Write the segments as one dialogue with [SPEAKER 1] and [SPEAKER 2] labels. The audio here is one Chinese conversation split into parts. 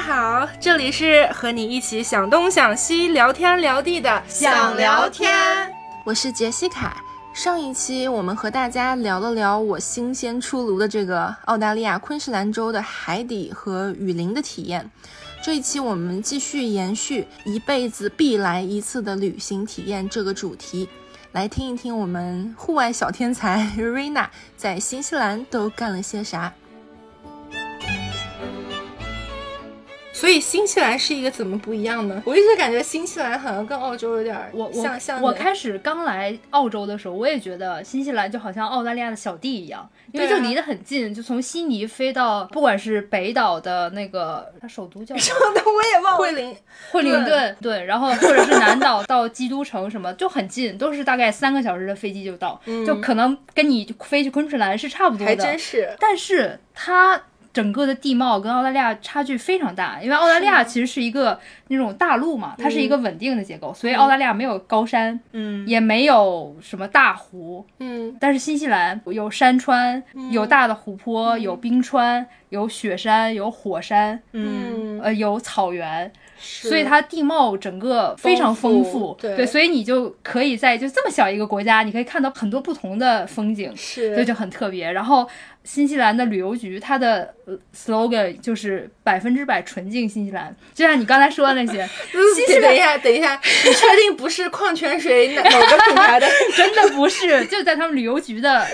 [SPEAKER 1] 好，这里是和你一起想东想西、聊天聊地的
[SPEAKER 2] 想聊天。
[SPEAKER 3] 我是杰西卡。上一期我们和大家聊了聊我新鲜出炉的这个澳大利亚昆士兰州的海底和雨林的体验。这一期我们继续延续“一辈子必来一次的旅行体验”这个主题，来听一听我们户外小天才 Rina 在新西兰都干了些啥。
[SPEAKER 1] 所以新西兰是一个怎么不一样呢？我一直感觉新西兰好像跟澳洲有点
[SPEAKER 2] 我
[SPEAKER 1] 像像
[SPEAKER 2] 我我开始刚来澳洲的时候，我也觉得新西兰就好像澳大利亚的小弟一样，因为
[SPEAKER 1] 对
[SPEAKER 2] 就
[SPEAKER 1] 啊
[SPEAKER 2] 离得很近，就从悉尼飞到不管是北岛的那个它首都叫什么
[SPEAKER 1] 我也忘了惠灵，
[SPEAKER 2] 惠灵顿，对，然后或者是南岛到基督城什么就很近，都是大概三个小时的飞机就到，就可能跟你飞去昆士兰是差不多
[SPEAKER 1] 嗯还
[SPEAKER 2] 的，
[SPEAKER 1] 真是。
[SPEAKER 2] 但是它整个的地貌跟澳大利亚差距非常大，因为澳大利亚其实是一个那种大陆嘛，它是一个稳定的结构，所以澳大利亚没有高山，
[SPEAKER 1] 嗯
[SPEAKER 2] 也没有什么大湖，
[SPEAKER 1] 嗯，
[SPEAKER 2] 但是新西兰有山川，有大的湖泊，有冰川，有雪山，有火山，
[SPEAKER 1] 嗯
[SPEAKER 2] 呃，有草原，所
[SPEAKER 1] 所
[SPEAKER 2] 以它地貌整个非常丰
[SPEAKER 1] 丰富对
[SPEAKER 2] 所以你就可以在就这么小一个国家，你可以看到很多不同的风景，
[SPEAKER 1] 是
[SPEAKER 2] 这就很特别。然后新西兰的旅游局它的呃 slogan 就是百分之百纯净新西兰，就像你刚才说的 那些， 新西
[SPEAKER 1] 嗯等一
[SPEAKER 2] 兰
[SPEAKER 1] 下，等一下，你确定不是矿泉水 哪哪个品牌的
[SPEAKER 2] 真的不是，就在他们旅游局的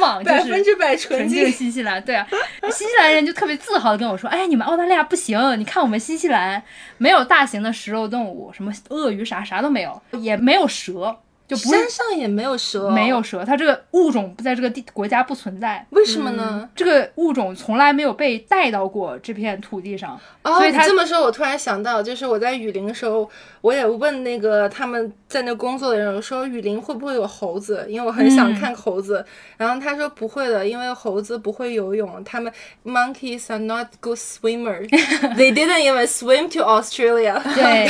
[SPEAKER 2] 网就
[SPEAKER 1] 百分
[SPEAKER 2] 是。
[SPEAKER 1] 之百
[SPEAKER 2] 纯
[SPEAKER 1] 纯
[SPEAKER 2] 净
[SPEAKER 1] 净？
[SPEAKER 2] 新西兰，对啊，新西兰人就特别自豪的跟我说：“哎呀，你们澳大利亚不行，你看我们新西兰没有大型的食肉动物，什么鳄鱼啥啥都没有，也没有蛇，就不是
[SPEAKER 1] 山上也没有蛇，
[SPEAKER 2] 没有，蛇，它这个物种在这个地国家不存在。
[SPEAKER 1] 为什么呢？
[SPEAKER 2] 这个物种从来没有被带到过这片土地上，
[SPEAKER 1] 哦，
[SPEAKER 2] 所以
[SPEAKER 1] 你
[SPEAKER 2] 它
[SPEAKER 1] 这么说，我突然想到，就是我在雨林的时候，我也问那个他们在那工作的人，我说雨林会不会有猴子？因为我很
[SPEAKER 2] 嗯
[SPEAKER 1] 想看猴子。然后他说不会的，因为猴子不会游泳，他们 monkeys are not good swimmers. They didn't even swim to Australia.
[SPEAKER 2] 对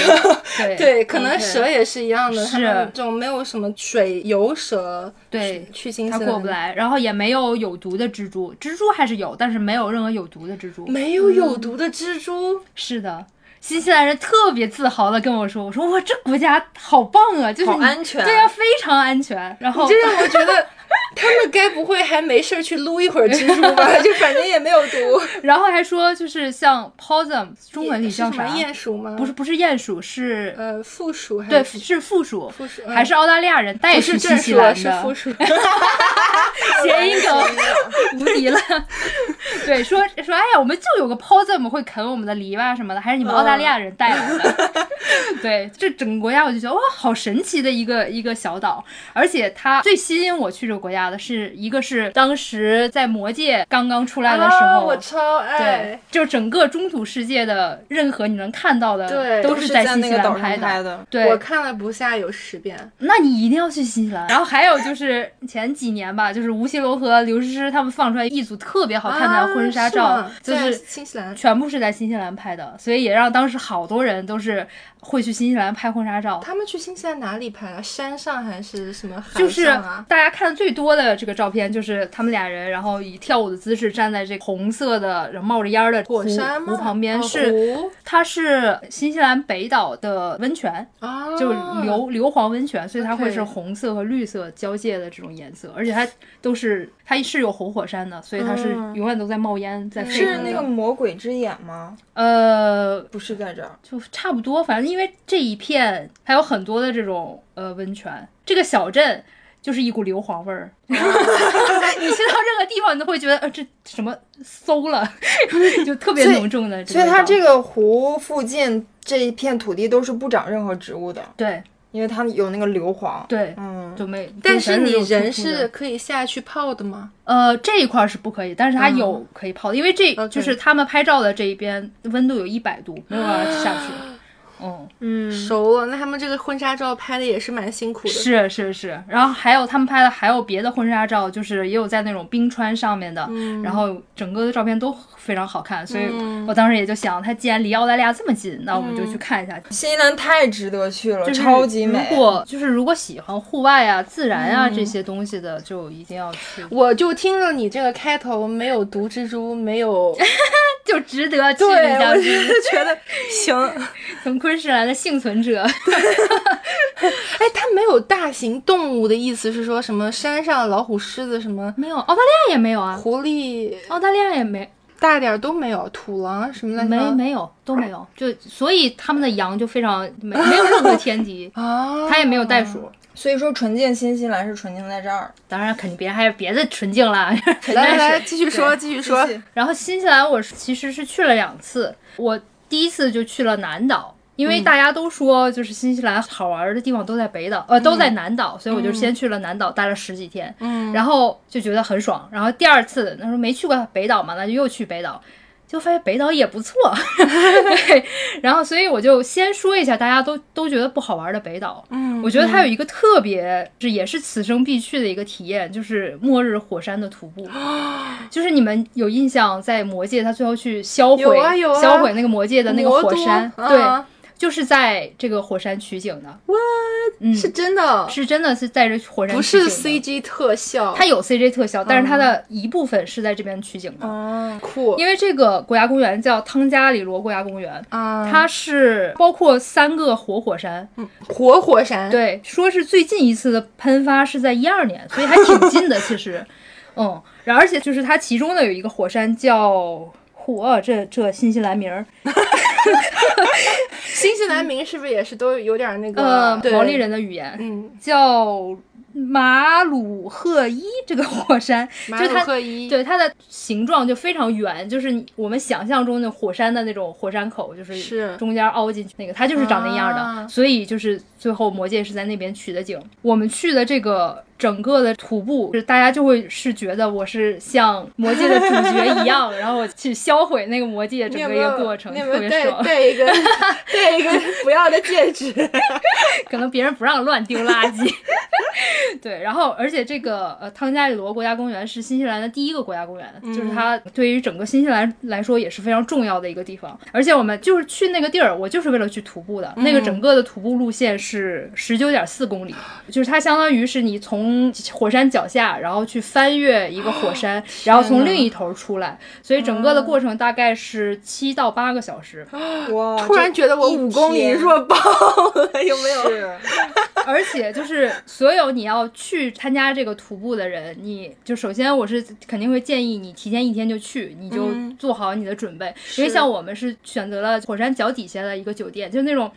[SPEAKER 2] 对
[SPEAKER 1] 对，可能蛇也是一样的，
[SPEAKER 2] 是
[SPEAKER 1] 他们这种没有什么水游蛇，
[SPEAKER 2] 对
[SPEAKER 1] 去新西
[SPEAKER 2] 它
[SPEAKER 1] 兰
[SPEAKER 2] 过不，来，然后也没有有毒的蜘蛛，蜘蛛还是有，但是没有任何有毒的蜘蛛。
[SPEAKER 1] 没有有毒的蜘蛛，
[SPEAKER 2] 是的，新西兰人特别自豪的跟我说：“我说哇，这国家好棒啊，就是
[SPEAKER 4] 好
[SPEAKER 2] 你
[SPEAKER 4] 安全
[SPEAKER 2] 对呀、非常安全。”然后
[SPEAKER 1] 这让我觉得他们该不会还没事儿去撸一会儿蜘蛛吧？就反正也没有 毒，
[SPEAKER 2] 然后还说就是像 possum，中文里
[SPEAKER 1] 是什
[SPEAKER 2] 叫
[SPEAKER 1] 么
[SPEAKER 2] 啥？
[SPEAKER 1] 鼹鼠吗？
[SPEAKER 2] 不是，不是鼹鼠，是、
[SPEAKER 1] 呃，附属还
[SPEAKER 2] 对
[SPEAKER 1] 是
[SPEAKER 2] 是附属，
[SPEAKER 1] 附属
[SPEAKER 2] 还是澳大利亚人带
[SPEAKER 1] 嗯不
[SPEAKER 2] 去
[SPEAKER 1] 是
[SPEAKER 2] 新
[SPEAKER 1] 正
[SPEAKER 2] 西
[SPEAKER 1] 数
[SPEAKER 2] 兰
[SPEAKER 1] 啊，
[SPEAKER 2] 的，
[SPEAKER 1] 是附属。
[SPEAKER 2] 谐 音梗无敌了。对，说说，哎呀，我们就有个 possum 会啃我们的篱笆什么的，还是你们澳大利亚人带来的。
[SPEAKER 4] 嗯
[SPEAKER 2] 对，这整个国家我就觉得哇，好神奇的一个一个小岛。而且它最吸引我去这个国家的是，一个是当时在《魔戒》刚刚 出来的时
[SPEAKER 1] 啊，
[SPEAKER 2] 候。
[SPEAKER 1] 我超
[SPEAKER 2] 对
[SPEAKER 1] 爱。，
[SPEAKER 2] 就整个中土世界的任何你能看到的，
[SPEAKER 1] 对
[SPEAKER 2] 都
[SPEAKER 4] 都是
[SPEAKER 2] 在
[SPEAKER 4] 在
[SPEAKER 2] 新
[SPEAKER 4] 那
[SPEAKER 2] 西
[SPEAKER 4] 个
[SPEAKER 2] 兰
[SPEAKER 4] 岛上
[SPEAKER 2] 拍
[SPEAKER 4] 拍的
[SPEAKER 2] 对，
[SPEAKER 1] 我看了不下有十遍，
[SPEAKER 2] 那你一定要去新西兰。然后还有就是前几年吧，就是吴奇隆和刘诗诗他们放出来一组特别好看的婚纱照，
[SPEAKER 1] 啊
[SPEAKER 2] 就
[SPEAKER 1] 吗在
[SPEAKER 2] 是
[SPEAKER 1] 新西兰。
[SPEAKER 2] 全部是在新西兰拍的，所以也让当时好多人都是会去新西兰拍婚纱照。
[SPEAKER 1] 他们去新西兰哪里拍的？啊山上还是什么海
[SPEAKER 2] 就是
[SPEAKER 1] 上啊？
[SPEAKER 2] 大家看的最多的这个照片，就是他们俩人，然后以跳舞的姿势站在这个红色的然后冒着烟儿的
[SPEAKER 1] 火山
[SPEAKER 2] 湖
[SPEAKER 1] 吗？
[SPEAKER 2] 湖旁边
[SPEAKER 1] 哦
[SPEAKER 2] 是，
[SPEAKER 1] 湖
[SPEAKER 2] 它是新西兰北岛的温泉，
[SPEAKER 1] 啊，
[SPEAKER 2] 就是硫硫磺温泉，所以它会是
[SPEAKER 1] OK
[SPEAKER 2] 红色和绿色交界的这种颜色，而且它都是它是有活火山的，所以它是
[SPEAKER 4] 嗯
[SPEAKER 2] 永远都在冒烟，在沸
[SPEAKER 4] 是
[SPEAKER 2] 腾
[SPEAKER 4] 那个
[SPEAKER 2] 的。
[SPEAKER 4] 魔鬼之眼吗？
[SPEAKER 2] 呃，
[SPEAKER 4] 不是在这儿，
[SPEAKER 2] 就差不多，反正因为这一片还有很多的这种呃温泉，这个小镇。就是一股硫磺味 儿，你去到这个地方，你都会觉得，呃，这什么馊了， 就特别
[SPEAKER 4] 所以
[SPEAKER 2] 浓重的。
[SPEAKER 4] 所以它这
[SPEAKER 2] 个
[SPEAKER 4] 个湖附近这一片土地都是不长任何植物的，
[SPEAKER 2] 对
[SPEAKER 4] 因为它有那个硫磺。，
[SPEAKER 2] 对，
[SPEAKER 4] 嗯，
[SPEAKER 2] 就没。
[SPEAKER 1] 但
[SPEAKER 2] 就是全
[SPEAKER 1] 你
[SPEAKER 2] 这种突
[SPEAKER 1] 人
[SPEAKER 2] 出的
[SPEAKER 1] 是可以下去泡的吗？
[SPEAKER 2] 呃，这一块儿是不可以，但是
[SPEAKER 4] 嗯
[SPEAKER 2] 它有可以泡的，因为这
[SPEAKER 4] 哦
[SPEAKER 1] OK
[SPEAKER 2] 就是他们拍照的这一边温度有一百度，没有办法下去。
[SPEAKER 4] 啊
[SPEAKER 2] 嗯，
[SPEAKER 4] 嗯，
[SPEAKER 1] 熟了，那他们这个婚纱照拍的也是蛮辛苦的。
[SPEAKER 2] 是是是。然后还有他们拍的还有别的婚纱照，就是也有在那种冰川上面的，
[SPEAKER 4] 嗯
[SPEAKER 2] 然后整个的照片都非常好看，所以我当时也就想，它既然离澳大利亚这么近，那我们就去看一下。
[SPEAKER 4] 新西兰太值得去了，
[SPEAKER 2] 就是
[SPEAKER 4] 嗯哦超级美。嗯
[SPEAKER 2] 如果就是如果喜欢户外啊、自然啊、这些东西的，就一定要去。
[SPEAKER 1] 我就听了你这个开头，没有毒蜘蛛，没有
[SPEAKER 2] 就值得去
[SPEAKER 1] 对，
[SPEAKER 2] 一下
[SPEAKER 1] 我就。觉得行。
[SPEAKER 2] 从昆士兰的幸存者，
[SPEAKER 1] 哎，它没有大型动物的意思是说什么山上老虎、狮子什么。
[SPEAKER 2] 没有澳大利亚也没有啊，
[SPEAKER 1] 狐狸
[SPEAKER 2] 澳大利亚也没
[SPEAKER 1] 大点儿都没有，土狼什么乱七八
[SPEAKER 2] 没
[SPEAKER 1] 糟，
[SPEAKER 2] 没有都没有，就所以他们的羊就非常没 没有任何天敌
[SPEAKER 1] 啊，
[SPEAKER 2] 它也没有袋鼠。
[SPEAKER 4] 所以说纯净新西兰是纯净在这儿。
[SPEAKER 2] 当然，肯定别还有别的纯净啦。
[SPEAKER 1] 来来来，继续说，
[SPEAKER 4] 对
[SPEAKER 1] 继续说。
[SPEAKER 4] 谢谢
[SPEAKER 2] 然后新西兰我是其实是去了两次，我第一次就去了南岛。因为大家都说，就是新西兰好玩的地方都在北岛，呃，都在南岛，所以我就先去了南岛，待了十几天，
[SPEAKER 1] 嗯，
[SPEAKER 2] 然后就觉得很爽。然后第二次，他说没去过北岛嘛，那就又去北岛，就发现北岛也 不错。对，然后所以我就先说一下大家都都觉得不好玩的北岛。
[SPEAKER 1] 嗯
[SPEAKER 2] 我觉得它有一个特别，这也是此生必去的一个体验，就是末日火山的徒步。 就是你们有印象，在魔界他最后去销毁、
[SPEAKER 1] 有啊有啊
[SPEAKER 2] 销毁那个魔界的那个
[SPEAKER 1] 魔
[SPEAKER 2] 火
[SPEAKER 1] 多
[SPEAKER 2] 山，
[SPEAKER 1] 啊
[SPEAKER 2] 对，就是在这个火山取景的，嗯
[SPEAKER 1] 是真的，
[SPEAKER 2] 是真的是在这火山
[SPEAKER 1] 不
[SPEAKER 2] 取
[SPEAKER 1] 是
[SPEAKER 2] 景的
[SPEAKER 1] CG 特效，
[SPEAKER 2] 它有 CJ 特效，但是它
[SPEAKER 1] 哦
[SPEAKER 2] 的一部分是在这边取景的，
[SPEAKER 1] 嗯酷
[SPEAKER 2] 因为这个国家公园叫汤加里罗国家公园。
[SPEAKER 1] 啊，
[SPEAKER 2] 它是包括三个活火山，
[SPEAKER 1] 嗯活火山，
[SPEAKER 2] 对，说是最近一次的喷发是在一二年，所以还挺近的，其 实，嗯，然后而且就是它其中呢有一个火山叫。嚯，这这新西兰名儿，
[SPEAKER 1] 新西兰名是不是也是都有点那
[SPEAKER 2] 呃
[SPEAKER 1] 个，对
[SPEAKER 2] 毛利？人的语言
[SPEAKER 1] 嗯，
[SPEAKER 2] 叫马鲁赫伊这个火山，
[SPEAKER 1] 马
[SPEAKER 2] 就
[SPEAKER 1] 鲁
[SPEAKER 2] 它
[SPEAKER 1] 克伊，
[SPEAKER 2] 对它的形状就非常圆，就是你我们想象中的火山的那种火山口，就是
[SPEAKER 1] 是
[SPEAKER 2] 中间凹进去那个，它就是长那样的。
[SPEAKER 1] 啊
[SPEAKER 2] 所以就是最后魔界是在那边取的景。我们去的这个整个的徒步，就是大家就会是觉得我是像魔界的主角一 样，然后我去销毁那个魔界整
[SPEAKER 1] 你有
[SPEAKER 2] 个
[SPEAKER 1] 没
[SPEAKER 2] 一
[SPEAKER 1] 有
[SPEAKER 2] 个过程，
[SPEAKER 1] 你有
[SPEAKER 2] 特
[SPEAKER 1] 没有
[SPEAKER 2] 别
[SPEAKER 1] 带
[SPEAKER 2] 爽。
[SPEAKER 1] 带一 个带一个不 要的戒指？
[SPEAKER 2] 可能别人不让乱丢垃圾。对，然后而且这个呃汤加里罗国家公园是新西兰的第一个国家公园，就是它对于整个新西兰来说也是非常重要的一个地方。而且我们就是去那个地儿，我就是为了去徒步的。那个整个的徒步路线是十九点四公里，就是它相当于是你从火山脚下，然后去翻越一个火山，然后从另一头出来，所以整个的过程大概是七到八个小时。
[SPEAKER 4] 哇，
[SPEAKER 1] 突然觉得我五公里 弱爆了，有没有？
[SPEAKER 4] 是
[SPEAKER 2] 而且就是所有你要去参加这个徒步的人，你就首先我是肯定会建议你提前一天就去，你就
[SPEAKER 1] 嗯
[SPEAKER 2] 做好你的准备，因为像我们是选择了火山脚底下的一个酒店，就那种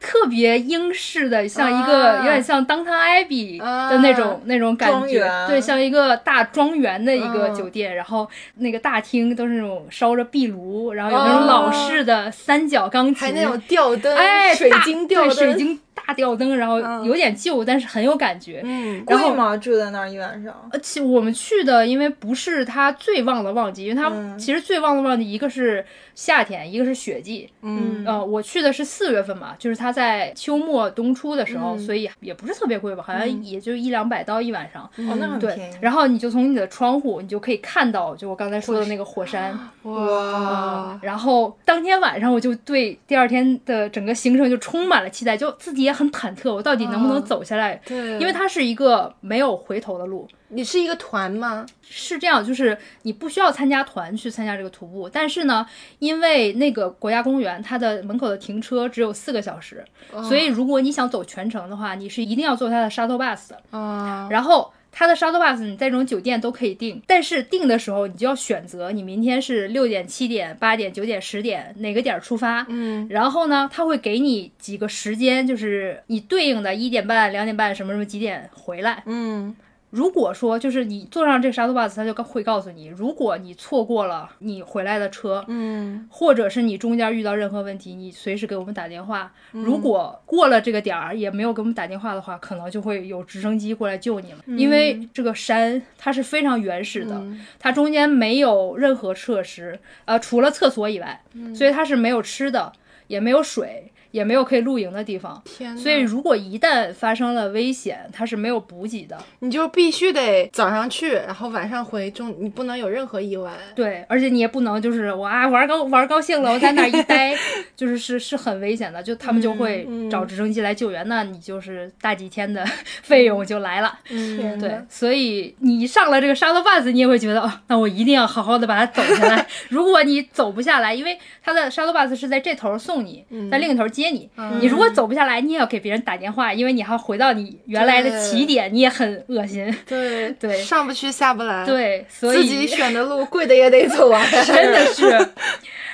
[SPEAKER 2] 特别英式的，像一个、
[SPEAKER 1] 啊
[SPEAKER 2] 有点像 Downtown Abbey 的那种、那种感
[SPEAKER 4] 庄
[SPEAKER 2] 觉，
[SPEAKER 4] 园
[SPEAKER 2] 对，像一个大庄园的一个
[SPEAKER 1] 嗯
[SPEAKER 2] 酒店，然后那个大厅都是那种烧着壁炉，然后有那种老
[SPEAKER 1] 哦
[SPEAKER 2] 式的三角钢琴，
[SPEAKER 1] 还那种吊灯，
[SPEAKER 2] 哎，
[SPEAKER 1] 水
[SPEAKER 2] 大
[SPEAKER 1] 晶吊
[SPEAKER 2] 对
[SPEAKER 1] 灯，
[SPEAKER 2] 水晶大吊灯，然后
[SPEAKER 1] 嗯
[SPEAKER 2] 有点旧，但是很有感觉。
[SPEAKER 1] 嗯，
[SPEAKER 2] 然后
[SPEAKER 4] 贵吗？住在那儿一晚上？
[SPEAKER 2] 而且我们去的，因为不是它最旺的旺季，因为它
[SPEAKER 4] 嗯
[SPEAKER 2] 其实最旺的旺季一个是夏天，一个是雪季。
[SPEAKER 1] 嗯
[SPEAKER 2] 呃，我去的是四月份嘛，就是它在秋末冬初的时候，
[SPEAKER 1] 嗯
[SPEAKER 2] 所以也不是特别贵吧，好像也就一两百刀一晚上。
[SPEAKER 1] 嗯
[SPEAKER 4] 哦，那很便
[SPEAKER 2] 对
[SPEAKER 4] 宜，。
[SPEAKER 2] 然后你就从你的窗户，你就可以看到，就我刚才说的那个火山。
[SPEAKER 1] 啊嗯哇，
[SPEAKER 2] 啊然后当天晚上我就对第二天的整个行程就充满了期待，就自己也很忐忑，我到底能不能走下来？
[SPEAKER 1] 对，
[SPEAKER 2] 因为它是一个没有回头的路，
[SPEAKER 1] 你是一个团吗？
[SPEAKER 2] 是这样，就是你不需要参加团去参加这个徒步，但是呢，因为那个国家公园它的门口的停车只有四个小时，所以如果你想走全程的话，你是一定要坐它的 shuttle bus 的。
[SPEAKER 1] 啊，
[SPEAKER 2] 然后它的 shuttle bus 你在这种酒店都可以订，但是订的时候你就要选择你明天是六点、七点、八点、九点、十点哪个点儿出发。
[SPEAKER 1] 嗯，
[SPEAKER 2] 然后呢，它会给你几个时间，就是你对应的一点半、两点半什么什么几点回来。
[SPEAKER 1] 嗯，
[SPEAKER 2] 如果说就是你坐上这个 shuttle bus，它就会告诉你，如果你错过了你回来的车，
[SPEAKER 1] 嗯，
[SPEAKER 2] 或者是你中间遇到任何问题，你随时给我们打电话。如果过了这个点儿也没有给我们打电话的话，可能就会有直升机过来救你了。因为这个山它是非常原始的，
[SPEAKER 1] 嗯
[SPEAKER 2] 它中间没有任何设施，呃，除了厕所以外，所以它是没有吃的，也没有水。也没有可以露营的地方。
[SPEAKER 3] 天
[SPEAKER 1] 嗯
[SPEAKER 3] 呐，
[SPEAKER 2] 所以，如果一旦发生了危险，它是没有补给的。
[SPEAKER 1] 你就必须得早上去，然后晚上回，中你不能有任何意外。
[SPEAKER 2] 对，而且你也不能就是我啊玩高玩高兴了，我在那儿一 待，就是是是很危险的。就他们就会
[SPEAKER 1] 嗯
[SPEAKER 2] 找直升机来救援，那你就是大几天的 费用就来了。
[SPEAKER 1] 嗯
[SPEAKER 2] 对，所以你上了这个沙头坝子，你也会觉得哦，那我一定要好好的把它走下 来。如果你走不下来，因为它的沙头坝子是在这头儿送你，
[SPEAKER 1] 嗯
[SPEAKER 2] 在另一头儿接你，你如果走不下来，你也要给别人打电话，因为你还要回到你原来的起
[SPEAKER 1] 对
[SPEAKER 2] 点，你也很恶心。
[SPEAKER 1] 对
[SPEAKER 2] 对
[SPEAKER 1] 上不去下不来。，
[SPEAKER 2] 对，所以
[SPEAKER 1] 啊自己选的路，跪着也得走完。
[SPEAKER 2] 真的 是，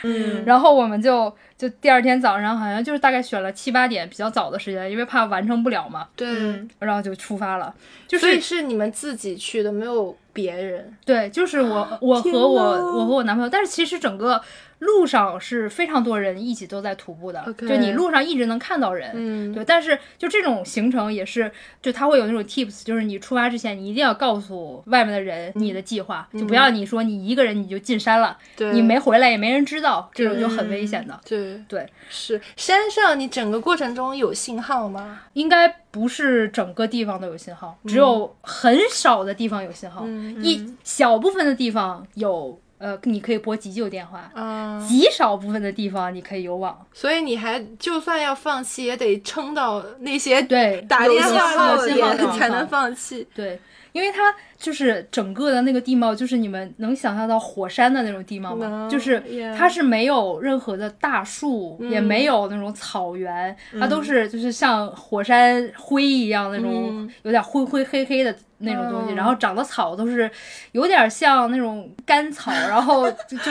[SPEAKER 2] 嗯，然后我们就就第二天早上好像就是大概选了七八点比较早的时间，因为怕完成不了嘛，
[SPEAKER 4] 嗯
[SPEAKER 1] 对，
[SPEAKER 2] 然后就出发了。就
[SPEAKER 1] 嗯所以
[SPEAKER 2] 是
[SPEAKER 1] 是你们自己去的，没有别人。
[SPEAKER 2] 对，就是我我
[SPEAKER 1] 啊天
[SPEAKER 2] 和我
[SPEAKER 1] 呐
[SPEAKER 2] 我和我男朋友，但是其实整个路上是非常多人一起都在徒步的
[SPEAKER 1] OK
[SPEAKER 2] 就你路上一直能看到人。
[SPEAKER 1] 嗯，
[SPEAKER 2] 对，但是就这种行程也是，就他会有那种 tips，就是你出发之前，你一定要告诉外面的人
[SPEAKER 1] 嗯
[SPEAKER 2] 你的计划，就不要你说你一个人你就进山了，
[SPEAKER 1] 对，嗯
[SPEAKER 2] 你没回来也没人知道，这种就很危险的。
[SPEAKER 1] 对
[SPEAKER 2] 对，
[SPEAKER 1] 是山上，你整个过程中有信号吗？
[SPEAKER 2] 应该不是整个地方都有信号，只有很少的地方有信号，一小部分的地方有，呃，你可以拨急救电话。
[SPEAKER 1] 嗯，
[SPEAKER 2] 极少部分的地方你可以有网，
[SPEAKER 1] 所以你还就算要放弃，也得撑到那些
[SPEAKER 2] 对，
[SPEAKER 1] 打电话
[SPEAKER 2] 有
[SPEAKER 1] 的
[SPEAKER 2] 信号的地
[SPEAKER 1] 也
[SPEAKER 2] 方
[SPEAKER 1] 才能放弃。
[SPEAKER 2] 对，因为它就是整个的那个地貌，就是你们能想象到火山的那种地貌吗
[SPEAKER 1] 能
[SPEAKER 2] 就是
[SPEAKER 1] ，yeah
[SPEAKER 2] 它是没有任何的大树，也
[SPEAKER 1] 嗯
[SPEAKER 2] 没有那种草原，它都是就是像火山灰一样那种
[SPEAKER 1] 嗯，
[SPEAKER 2] 有点灰灰黑黑的。那种东西，
[SPEAKER 1] 哦
[SPEAKER 2] 然后长的草都是有点像那种干草，然后就 就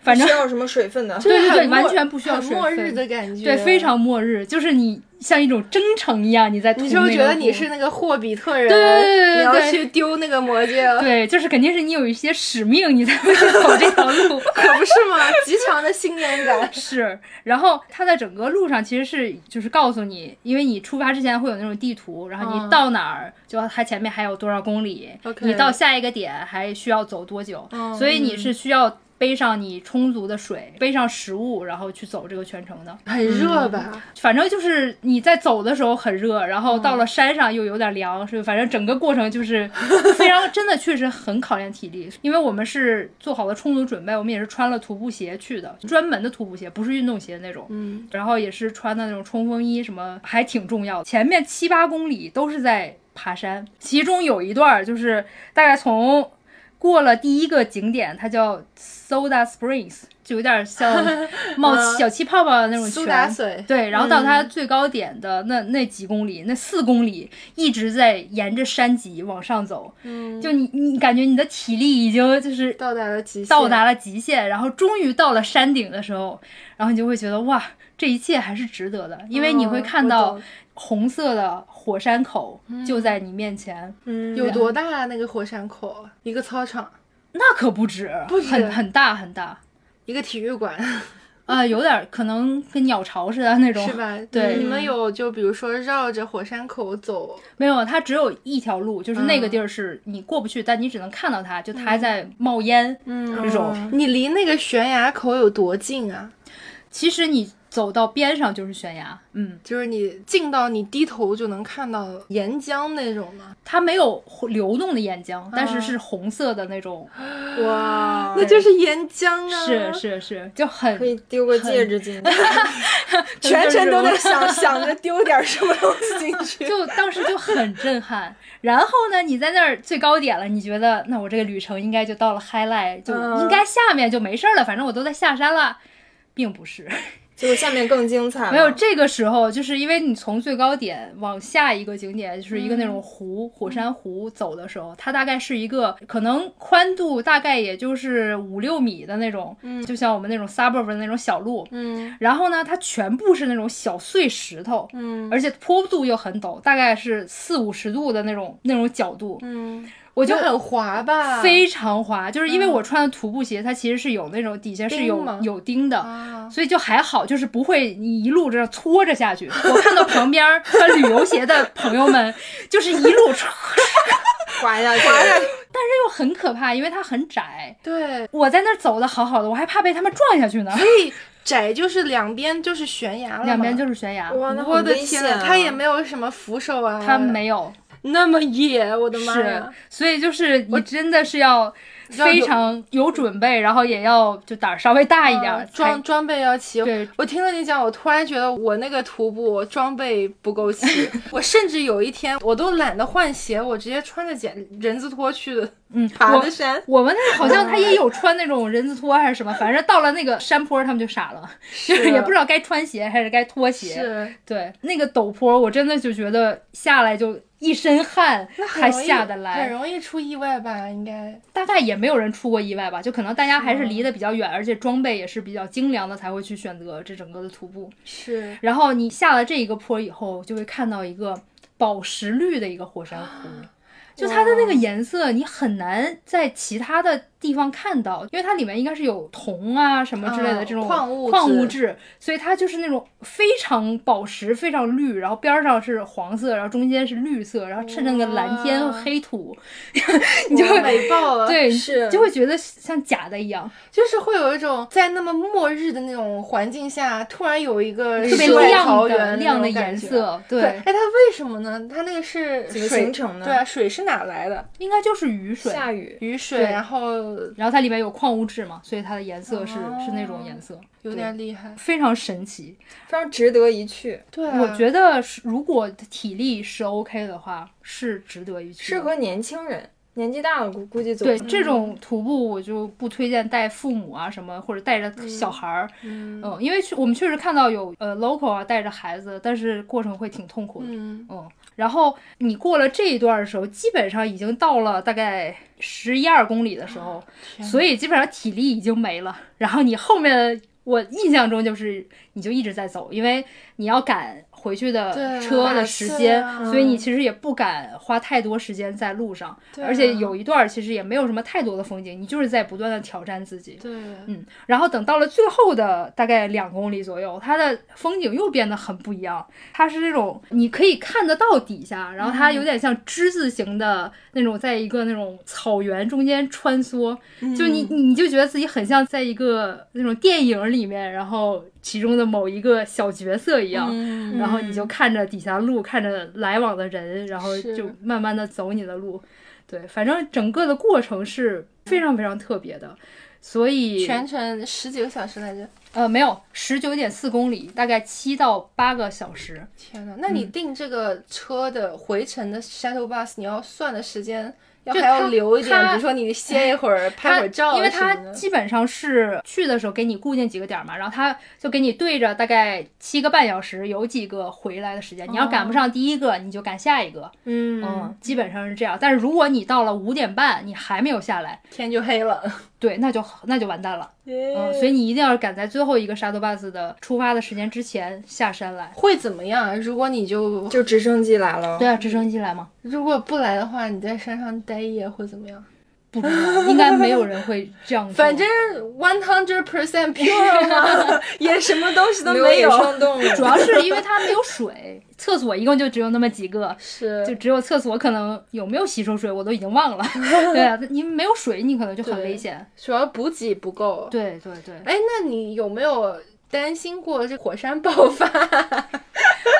[SPEAKER 2] 反正
[SPEAKER 4] 需要什么水分的？
[SPEAKER 2] 对对
[SPEAKER 1] 很
[SPEAKER 2] 对，
[SPEAKER 1] 末
[SPEAKER 2] 完全不需要
[SPEAKER 1] 很
[SPEAKER 2] 水
[SPEAKER 1] 末日
[SPEAKER 2] 分
[SPEAKER 1] 的感觉，
[SPEAKER 2] 对，非。常末日，就是你像一种征程一样，你在
[SPEAKER 1] 你
[SPEAKER 2] 涂
[SPEAKER 1] 是不是
[SPEAKER 2] 那
[SPEAKER 1] 觉
[SPEAKER 2] 个
[SPEAKER 1] 得你
[SPEAKER 2] 布
[SPEAKER 1] 是那个霍比特人？啊
[SPEAKER 2] 对对对对
[SPEAKER 1] 你
[SPEAKER 2] 对
[SPEAKER 1] 要去丢那个魔戒，
[SPEAKER 2] 对，就是肯定是你有一些使命，你才会去走这 条路。
[SPEAKER 1] 可不是吗？极强的信念感。
[SPEAKER 2] 是，然后它在整个路上其实是就是告诉你，因为你出发之前会有那种地图，然后你
[SPEAKER 1] 嗯
[SPEAKER 2] 到哪儿，就它前面还有多少公里
[SPEAKER 1] OK 嗯
[SPEAKER 2] 你到下一个点还需要走多久，所以你是需要背上你充足的水，背上食物，然后去走这个全程的。
[SPEAKER 1] 很热吧？
[SPEAKER 2] 反正就是你在走的时候很热，然后到了山上又有点凉，是反正整个过程就是非常真的确实很考验体力，因为我们是做好了充足准备，我们也是穿了徒步鞋去的，专门的徒步鞋，不是运动鞋那种，嗯，然后也是穿的那种冲锋衣，什么还挺重要的。前面七八公里都是在爬山，其中有一段儿就是大概从过了第一个景点，它叫 Soda Springs，就有点像冒小气泡泡的那种
[SPEAKER 1] 苏
[SPEAKER 2] 泉
[SPEAKER 1] 打水
[SPEAKER 2] 对，然后到
[SPEAKER 1] 嗯
[SPEAKER 2] 它最高点的那、那几公里，那四公里一直在沿着山脊往上走，嗯，就你你感觉你的体力已经就是
[SPEAKER 1] 到达了极限，
[SPEAKER 2] 到达了极限，然后终于到了山顶的时候，然后你就会觉得哇，这一切还是值得的，因为你会
[SPEAKER 1] 嗯
[SPEAKER 2] 看
[SPEAKER 1] 我
[SPEAKER 2] 到
[SPEAKER 1] 懂嗯
[SPEAKER 2] 红色的火山口就在你面前，
[SPEAKER 4] 嗯，
[SPEAKER 1] 有多大啊？那个火山口，一个操场，
[SPEAKER 2] 那可不止，
[SPEAKER 1] 不止
[SPEAKER 2] 很很大很大，
[SPEAKER 1] 一个体育馆，
[SPEAKER 2] 啊、有点儿可能跟鸟巢似的那种，
[SPEAKER 1] 是吧？嗯
[SPEAKER 2] 对
[SPEAKER 1] 你们有就比如说绕着火山口走，
[SPEAKER 2] 没有，它只有一条路，就是那个地儿是你过不去，但你只能看到
[SPEAKER 4] 嗯
[SPEAKER 2] 它，就它还在冒烟，嗯，这种。
[SPEAKER 1] 你离那个悬崖口有多近啊？
[SPEAKER 2] 其实你走到边上就是悬崖，嗯，
[SPEAKER 1] 就是你近到你低头就能看到岩浆那种吗？
[SPEAKER 2] 它没有流动的岩
[SPEAKER 4] 啊
[SPEAKER 2] 浆，但是是红色的那种，
[SPEAKER 4] 哇
[SPEAKER 1] 那就是岩浆啊！
[SPEAKER 2] 哦是是是，就很
[SPEAKER 4] 可以丢个戒指进去，全
[SPEAKER 2] 就是
[SPEAKER 4] 程都在 想想着丢点什么东西进 去。
[SPEAKER 2] 就当时就很震撼。 然后呢，你在那儿最高点了，你觉得那我这个旅程应该就到了 highlight，就
[SPEAKER 4] 嗯
[SPEAKER 2] 应该下面就没事儿了，反正我都在下山了，并不是。
[SPEAKER 4] 结果下面更精彩了，
[SPEAKER 2] 没有这个时候，就是因为你从最高点往下一个景点，就是一个那
[SPEAKER 1] 嗯
[SPEAKER 2] 种湖、火山湖走的时候，它大概是一个可能宽度大概也就是五六米的那种，就像我们那种 suburb 的那种小路，
[SPEAKER 1] 嗯
[SPEAKER 2] 然后呢，它全部是那种小碎石头，
[SPEAKER 1] 嗯
[SPEAKER 2] 而且坡度又很陡，大概是四五十度的那种那种角度，
[SPEAKER 1] 嗯，
[SPEAKER 2] 我
[SPEAKER 1] 就
[SPEAKER 2] 就
[SPEAKER 1] 很滑吧？
[SPEAKER 2] 非常滑，就是因为我穿的徒步鞋，它其实是有那种底下是
[SPEAKER 1] 钉
[SPEAKER 2] 有
[SPEAKER 1] 吗
[SPEAKER 2] 有钉的，
[SPEAKER 1] 啊，
[SPEAKER 2] 所以就还好，就是不会你一路这样搓着下去。我看到旁边儿 穿旅游鞋的朋友们，就是一路唰，
[SPEAKER 4] 滑下去，滑下去，
[SPEAKER 2] 但是又很可怕，因为它很窄。
[SPEAKER 1] 对，
[SPEAKER 2] 我在那儿走的好好的，我还怕被他们撞下去呢。
[SPEAKER 1] 所以窄就是两边就是悬崖了嘛，
[SPEAKER 2] 两边就是悬崖，
[SPEAKER 4] 哇，那
[SPEAKER 1] 我
[SPEAKER 4] 很
[SPEAKER 1] 的
[SPEAKER 4] 危
[SPEAKER 1] 天
[SPEAKER 4] 险
[SPEAKER 1] 呐，
[SPEAKER 4] 啊！
[SPEAKER 1] 它也没有什么扶手啊，
[SPEAKER 2] 它没有，
[SPEAKER 1] 那么野，我的妈
[SPEAKER 2] 是
[SPEAKER 1] 呀！，
[SPEAKER 2] 所以就是你真的是要
[SPEAKER 1] 要
[SPEAKER 2] 非
[SPEAKER 1] 有
[SPEAKER 2] 常有准备，然后也要就胆儿稍微大一点
[SPEAKER 1] 啊
[SPEAKER 2] 儿，
[SPEAKER 1] 装
[SPEAKER 2] 才
[SPEAKER 1] 装备要齐。
[SPEAKER 2] 对
[SPEAKER 1] 我听了你讲，我突然觉得我那个徒步装备不够 齐，我甚至有一天我都懒得换鞋，我直接穿着简人字拖去的，
[SPEAKER 2] 嗯，
[SPEAKER 1] 爬
[SPEAKER 2] 我
[SPEAKER 1] 的山。
[SPEAKER 2] 我们那好像他也有穿那种人字拖啊还是什么，反正到了那个山坡，他们就傻了，
[SPEAKER 1] 啊
[SPEAKER 2] 就是 也不知道该穿鞋还是该脱鞋。
[SPEAKER 1] 是，
[SPEAKER 2] 对，那个陡坡，我真的就觉得下来就一身汗，
[SPEAKER 1] 那很
[SPEAKER 2] 还
[SPEAKER 1] 容易
[SPEAKER 2] 下得
[SPEAKER 1] 很
[SPEAKER 2] 来。
[SPEAKER 1] 容易出意外吧？应该
[SPEAKER 2] 大概也没有人出过意外吧，就可能大家还是离得比较远，而且装备也是比较精良的，才会去选择这整个的徒步。
[SPEAKER 1] 是
[SPEAKER 2] 然后你下了这一个坡以后，就会看到一个宝石绿的一个火山 湖，就它的那个颜色，你很难在其他的地方看到，因为它里面应该是有铜啊什么之类的
[SPEAKER 1] 啊
[SPEAKER 2] 这种
[SPEAKER 1] 矿物质
[SPEAKER 2] 矿物质，所以它就是那种非常宝石、非常绿，然后边儿上是黄色，然后中间是绿色，然后衬着那个蓝天和
[SPEAKER 1] 哇
[SPEAKER 2] 黑土，
[SPEAKER 1] 你就美爆了，，
[SPEAKER 2] 对，
[SPEAKER 4] 是
[SPEAKER 2] 就会觉得像假的一样，
[SPEAKER 1] 就是会有一种在那么末日的那种环境下，突然有一个
[SPEAKER 2] 特别
[SPEAKER 1] 世外
[SPEAKER 2] 亮
[SPEAKER 1] 桃
[SPEAKER 2] 的
[SPEAKER 1] 源
[SPEAKER 2] 亮的
[SPEAKER 1] 那种感
[SPEAKER 2] 颜
[SPEAKER 1] 觉。
[SPEAKER 2] 色，
[SPEAKER 1] 哎
[SPEAKER 2] 对，，
[SPEAKER 1] 它为什么呢？它那个是
[SPEAKER 4] 怎么
[SPEAKER 1] 水
[SPEAKER 4] 形成的
[SPEAKER 1] 对啊，水是哪来的？
[SPEAKER 2] 应该就是雨水。
[SPEAKER 4] 下雨，
[SPEAKER 1] 雨水，
[SPEAKER 2] 对
[SPEAKER 1] 然后
[SPEAKER 2] 然后它里面有矿物质嘛，所以它的颜色是、
[SPEAKER 1] 哦
[SPEAKER 2] 是那种颜色，
[SPEAKER 1] 有点厉害。
[SPEAKER 2] 非常神奇。
[SPEAKER 4] 非常值得一去，
[SPEAKER 1] 对啊，
[SPEAKER 2] 我觉得是如果体力是 OK 的话，是值得一去的。
[SPEAKER 4] 适合年轻人，年纪大了估估计走
[SPEAKER 2] 对这种徒步，我就不推荐带父母啊什么，或者带着小孩儿，嗯因为去我们确实看到有呃 local 啊带着孩子，但是过程会挺痛苦的，
[SPEAKER 1] 嗯，
[SPEAKER 2] 嗯，然后你过了这一段的时候，基本上已经到了大概十一二公里的时候，
[SPEAKER 1] 哦天
[SPEAKER 2] 所以基本上体力已经没了。然后你后面，我印象中就是你就一直在走，因为你要赶回去的
[SPEAKER 1] 对
[SPEAKER 2] 车的
[SPEAKER 1] 打
[SPEAKER 2] 时
[SPEAKER 1] 车
[SPEAKER 2] 间，
[SPEAKER 1] 啊
[SPEAKER 2] 所以你其实也不敢花太多时间在路上，
[SPEAKER 1] 对
[SPEAKER 2] 而且
[SPEAKER 1] 啊
[SPEAKER 2] 有一段儿其实也没有什么太多的风景，你就是在不断的挑战自己。
[SPEAKER 1] 对，
[SPEAKER 2] 嗯，然后等到了最后的大概两公里左右，它的风景又变得很不一样。它是这种你可以看得到底下，然后它有点像之字形的那种，在一个那种草原中间穿梭，
[SPEAKER 1] 嗯
[SPEAKER 2] 就你你就觉得自己很像在一个那种电影里面，然后其中的某一个小角色一样。
[SPEAKER 4] 嗯
[SPEAKER 2] 然后你就看着底下路，看着来往的人，然后
[SPEAKER 1] 是
[SPEAKER 2] 就慢慢的走你的路。对，反正整个的过程是非常非常特别的，所以
[SPEAKER 1] 全程十几个小时来着。
[SPEAKER 2] 呃，没有，十九点四公里，大概七到八个小时。
[SPEAKER 1] 天呐，那
[SPEAKER 2] 嗯
[SPEAKER 1] 你订这个车的回程的 shuttle bus，你要算的时间，要
[SPEAKER 2] 就
[SPEAKER 1] 还要
[SPEAKER 2] 它
[SPEAKER 1] 留一点，
[SPEAKER 2] 它
[SPEAKER 1] 比如说你歇一会儿，拍
[SPEAKER 2] 它
[SPEAKER 1] 会儿照啊
[SPEAKER 2] 因为
[SPEAKER 1] 什
[SPEAKER 2] 它
[SPEAKER 1] 么的
[SPEAKER 2] 基本上是去的时候给你固定几个点儿嘛，然后它就给你对着大概七个半小时，有几个回来的时间。你要
[SPEAKER 1] 哦
[SPEAKER 2] 赶不上第一个，你就赶下一个。
[SPEAKER 4] 嗯
[SPEAKER 2] 嗯，基本上是这样。但是如果你到了五点半，你还没有下来，
[SPEAKER 1] 天就黑了。
[SPEAKER 2] 对，那就那就完蛋了。嗯，所以你一定要赶在最后一个沙头 bus 的出发的时间之前下山来。
[SPEAKER 1] 会怎么样啊？如果你就
[SPEAKER 4] 就直升机来了，哦
[SPEAKER 2] 对啊，直升机来吗？
[SPEAKER 1] 如果不来的话，你在山上待一夜会怎么样？
[SPEAKER 2] 不知道，应该没有人会这样做。
[SPEAKER 1] 反正 one hundred percent pure 嘛，也什么东西都没
[SPEAKER 4] 野
[SPEAKER 1] 有。
[SPEAKER 4] 生动物，
[SPEAKER 2] 主要是因为它没有水，厕所一共就只有那么几个，
[SPEAKER 1] 是，
[SPEAKER 2] 就只有厕所可能有没有洗手水我都已经忘了。 对啊，你没有水，你可能就很
[SPEAKER 1] 对
[SPEAKER 2] 危险。
[SPEAKER 1] 主要补给不够。
[SPEAKER 2] 对对对，
[SPEAKER 1] 哎，那你有没有担心过这火山爆发？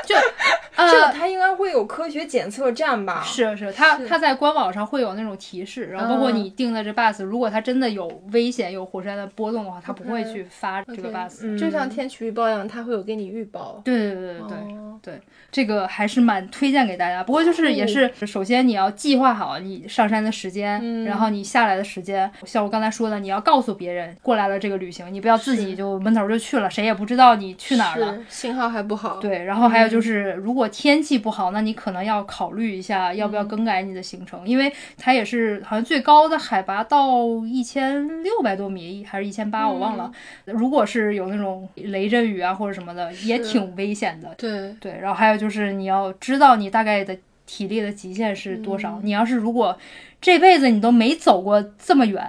[SPEAKER 4] 这个
[SPEAKER 2] 呃，
[SPEAKER 4] 它应该会有科学检测站吧？
[SPEAKER 2] 是是，它它在官网上会有那种提示，然后包括你订的这 bus，如果它真的有危险、有火山的波动的话，它不会去发这个
[SPEAKER 1] OK，
[SPEAKER 2] bus。
[SPEAKER 4] 嗯
[SPEAKER 1] 就像天气预报一样，它会有给你预报。
[SPEAKER 2] 对对对对对。
[SPEAKER 1] 哦
[SPEAKER 2] 对，这个还是蛮推荐给大家。不过就是也是，
[SPEAKER 1] 嗯
[SPEAKER 2] 首先你要计划好你上山的时间，然后你下来的时间。像我刚才说的，你要告诉别人过来了这个旅行，你不要自己就闷头就去了，谁也不知道你去哪儿了。
[SPEAKER 1] 是，嗯信号还不好。，
[SPEAKER 2] 对，然后还有就是，如果天气不好，那你可能要考虑一下要
[SPEAKER 1] 嗯
[SPEAKER 2] 不要更改你的行程，因为它也是好像最高的海拔到一千六百多米还是一千八，我忘了。如果是有那种雷阵雨啊或者什么的，也
[SPEAKER 1] 嗯是
[SPEAKER 2] 挺危险的。
[SPEAKER 1] 对，
[SPEAKER 2] 对，然后还有就是你要知道你大概的体
[SPEAKER 1] 嗯
[SPEAKER 2] 力的极限是多少。你要是如果这辈子你都没走过这么远，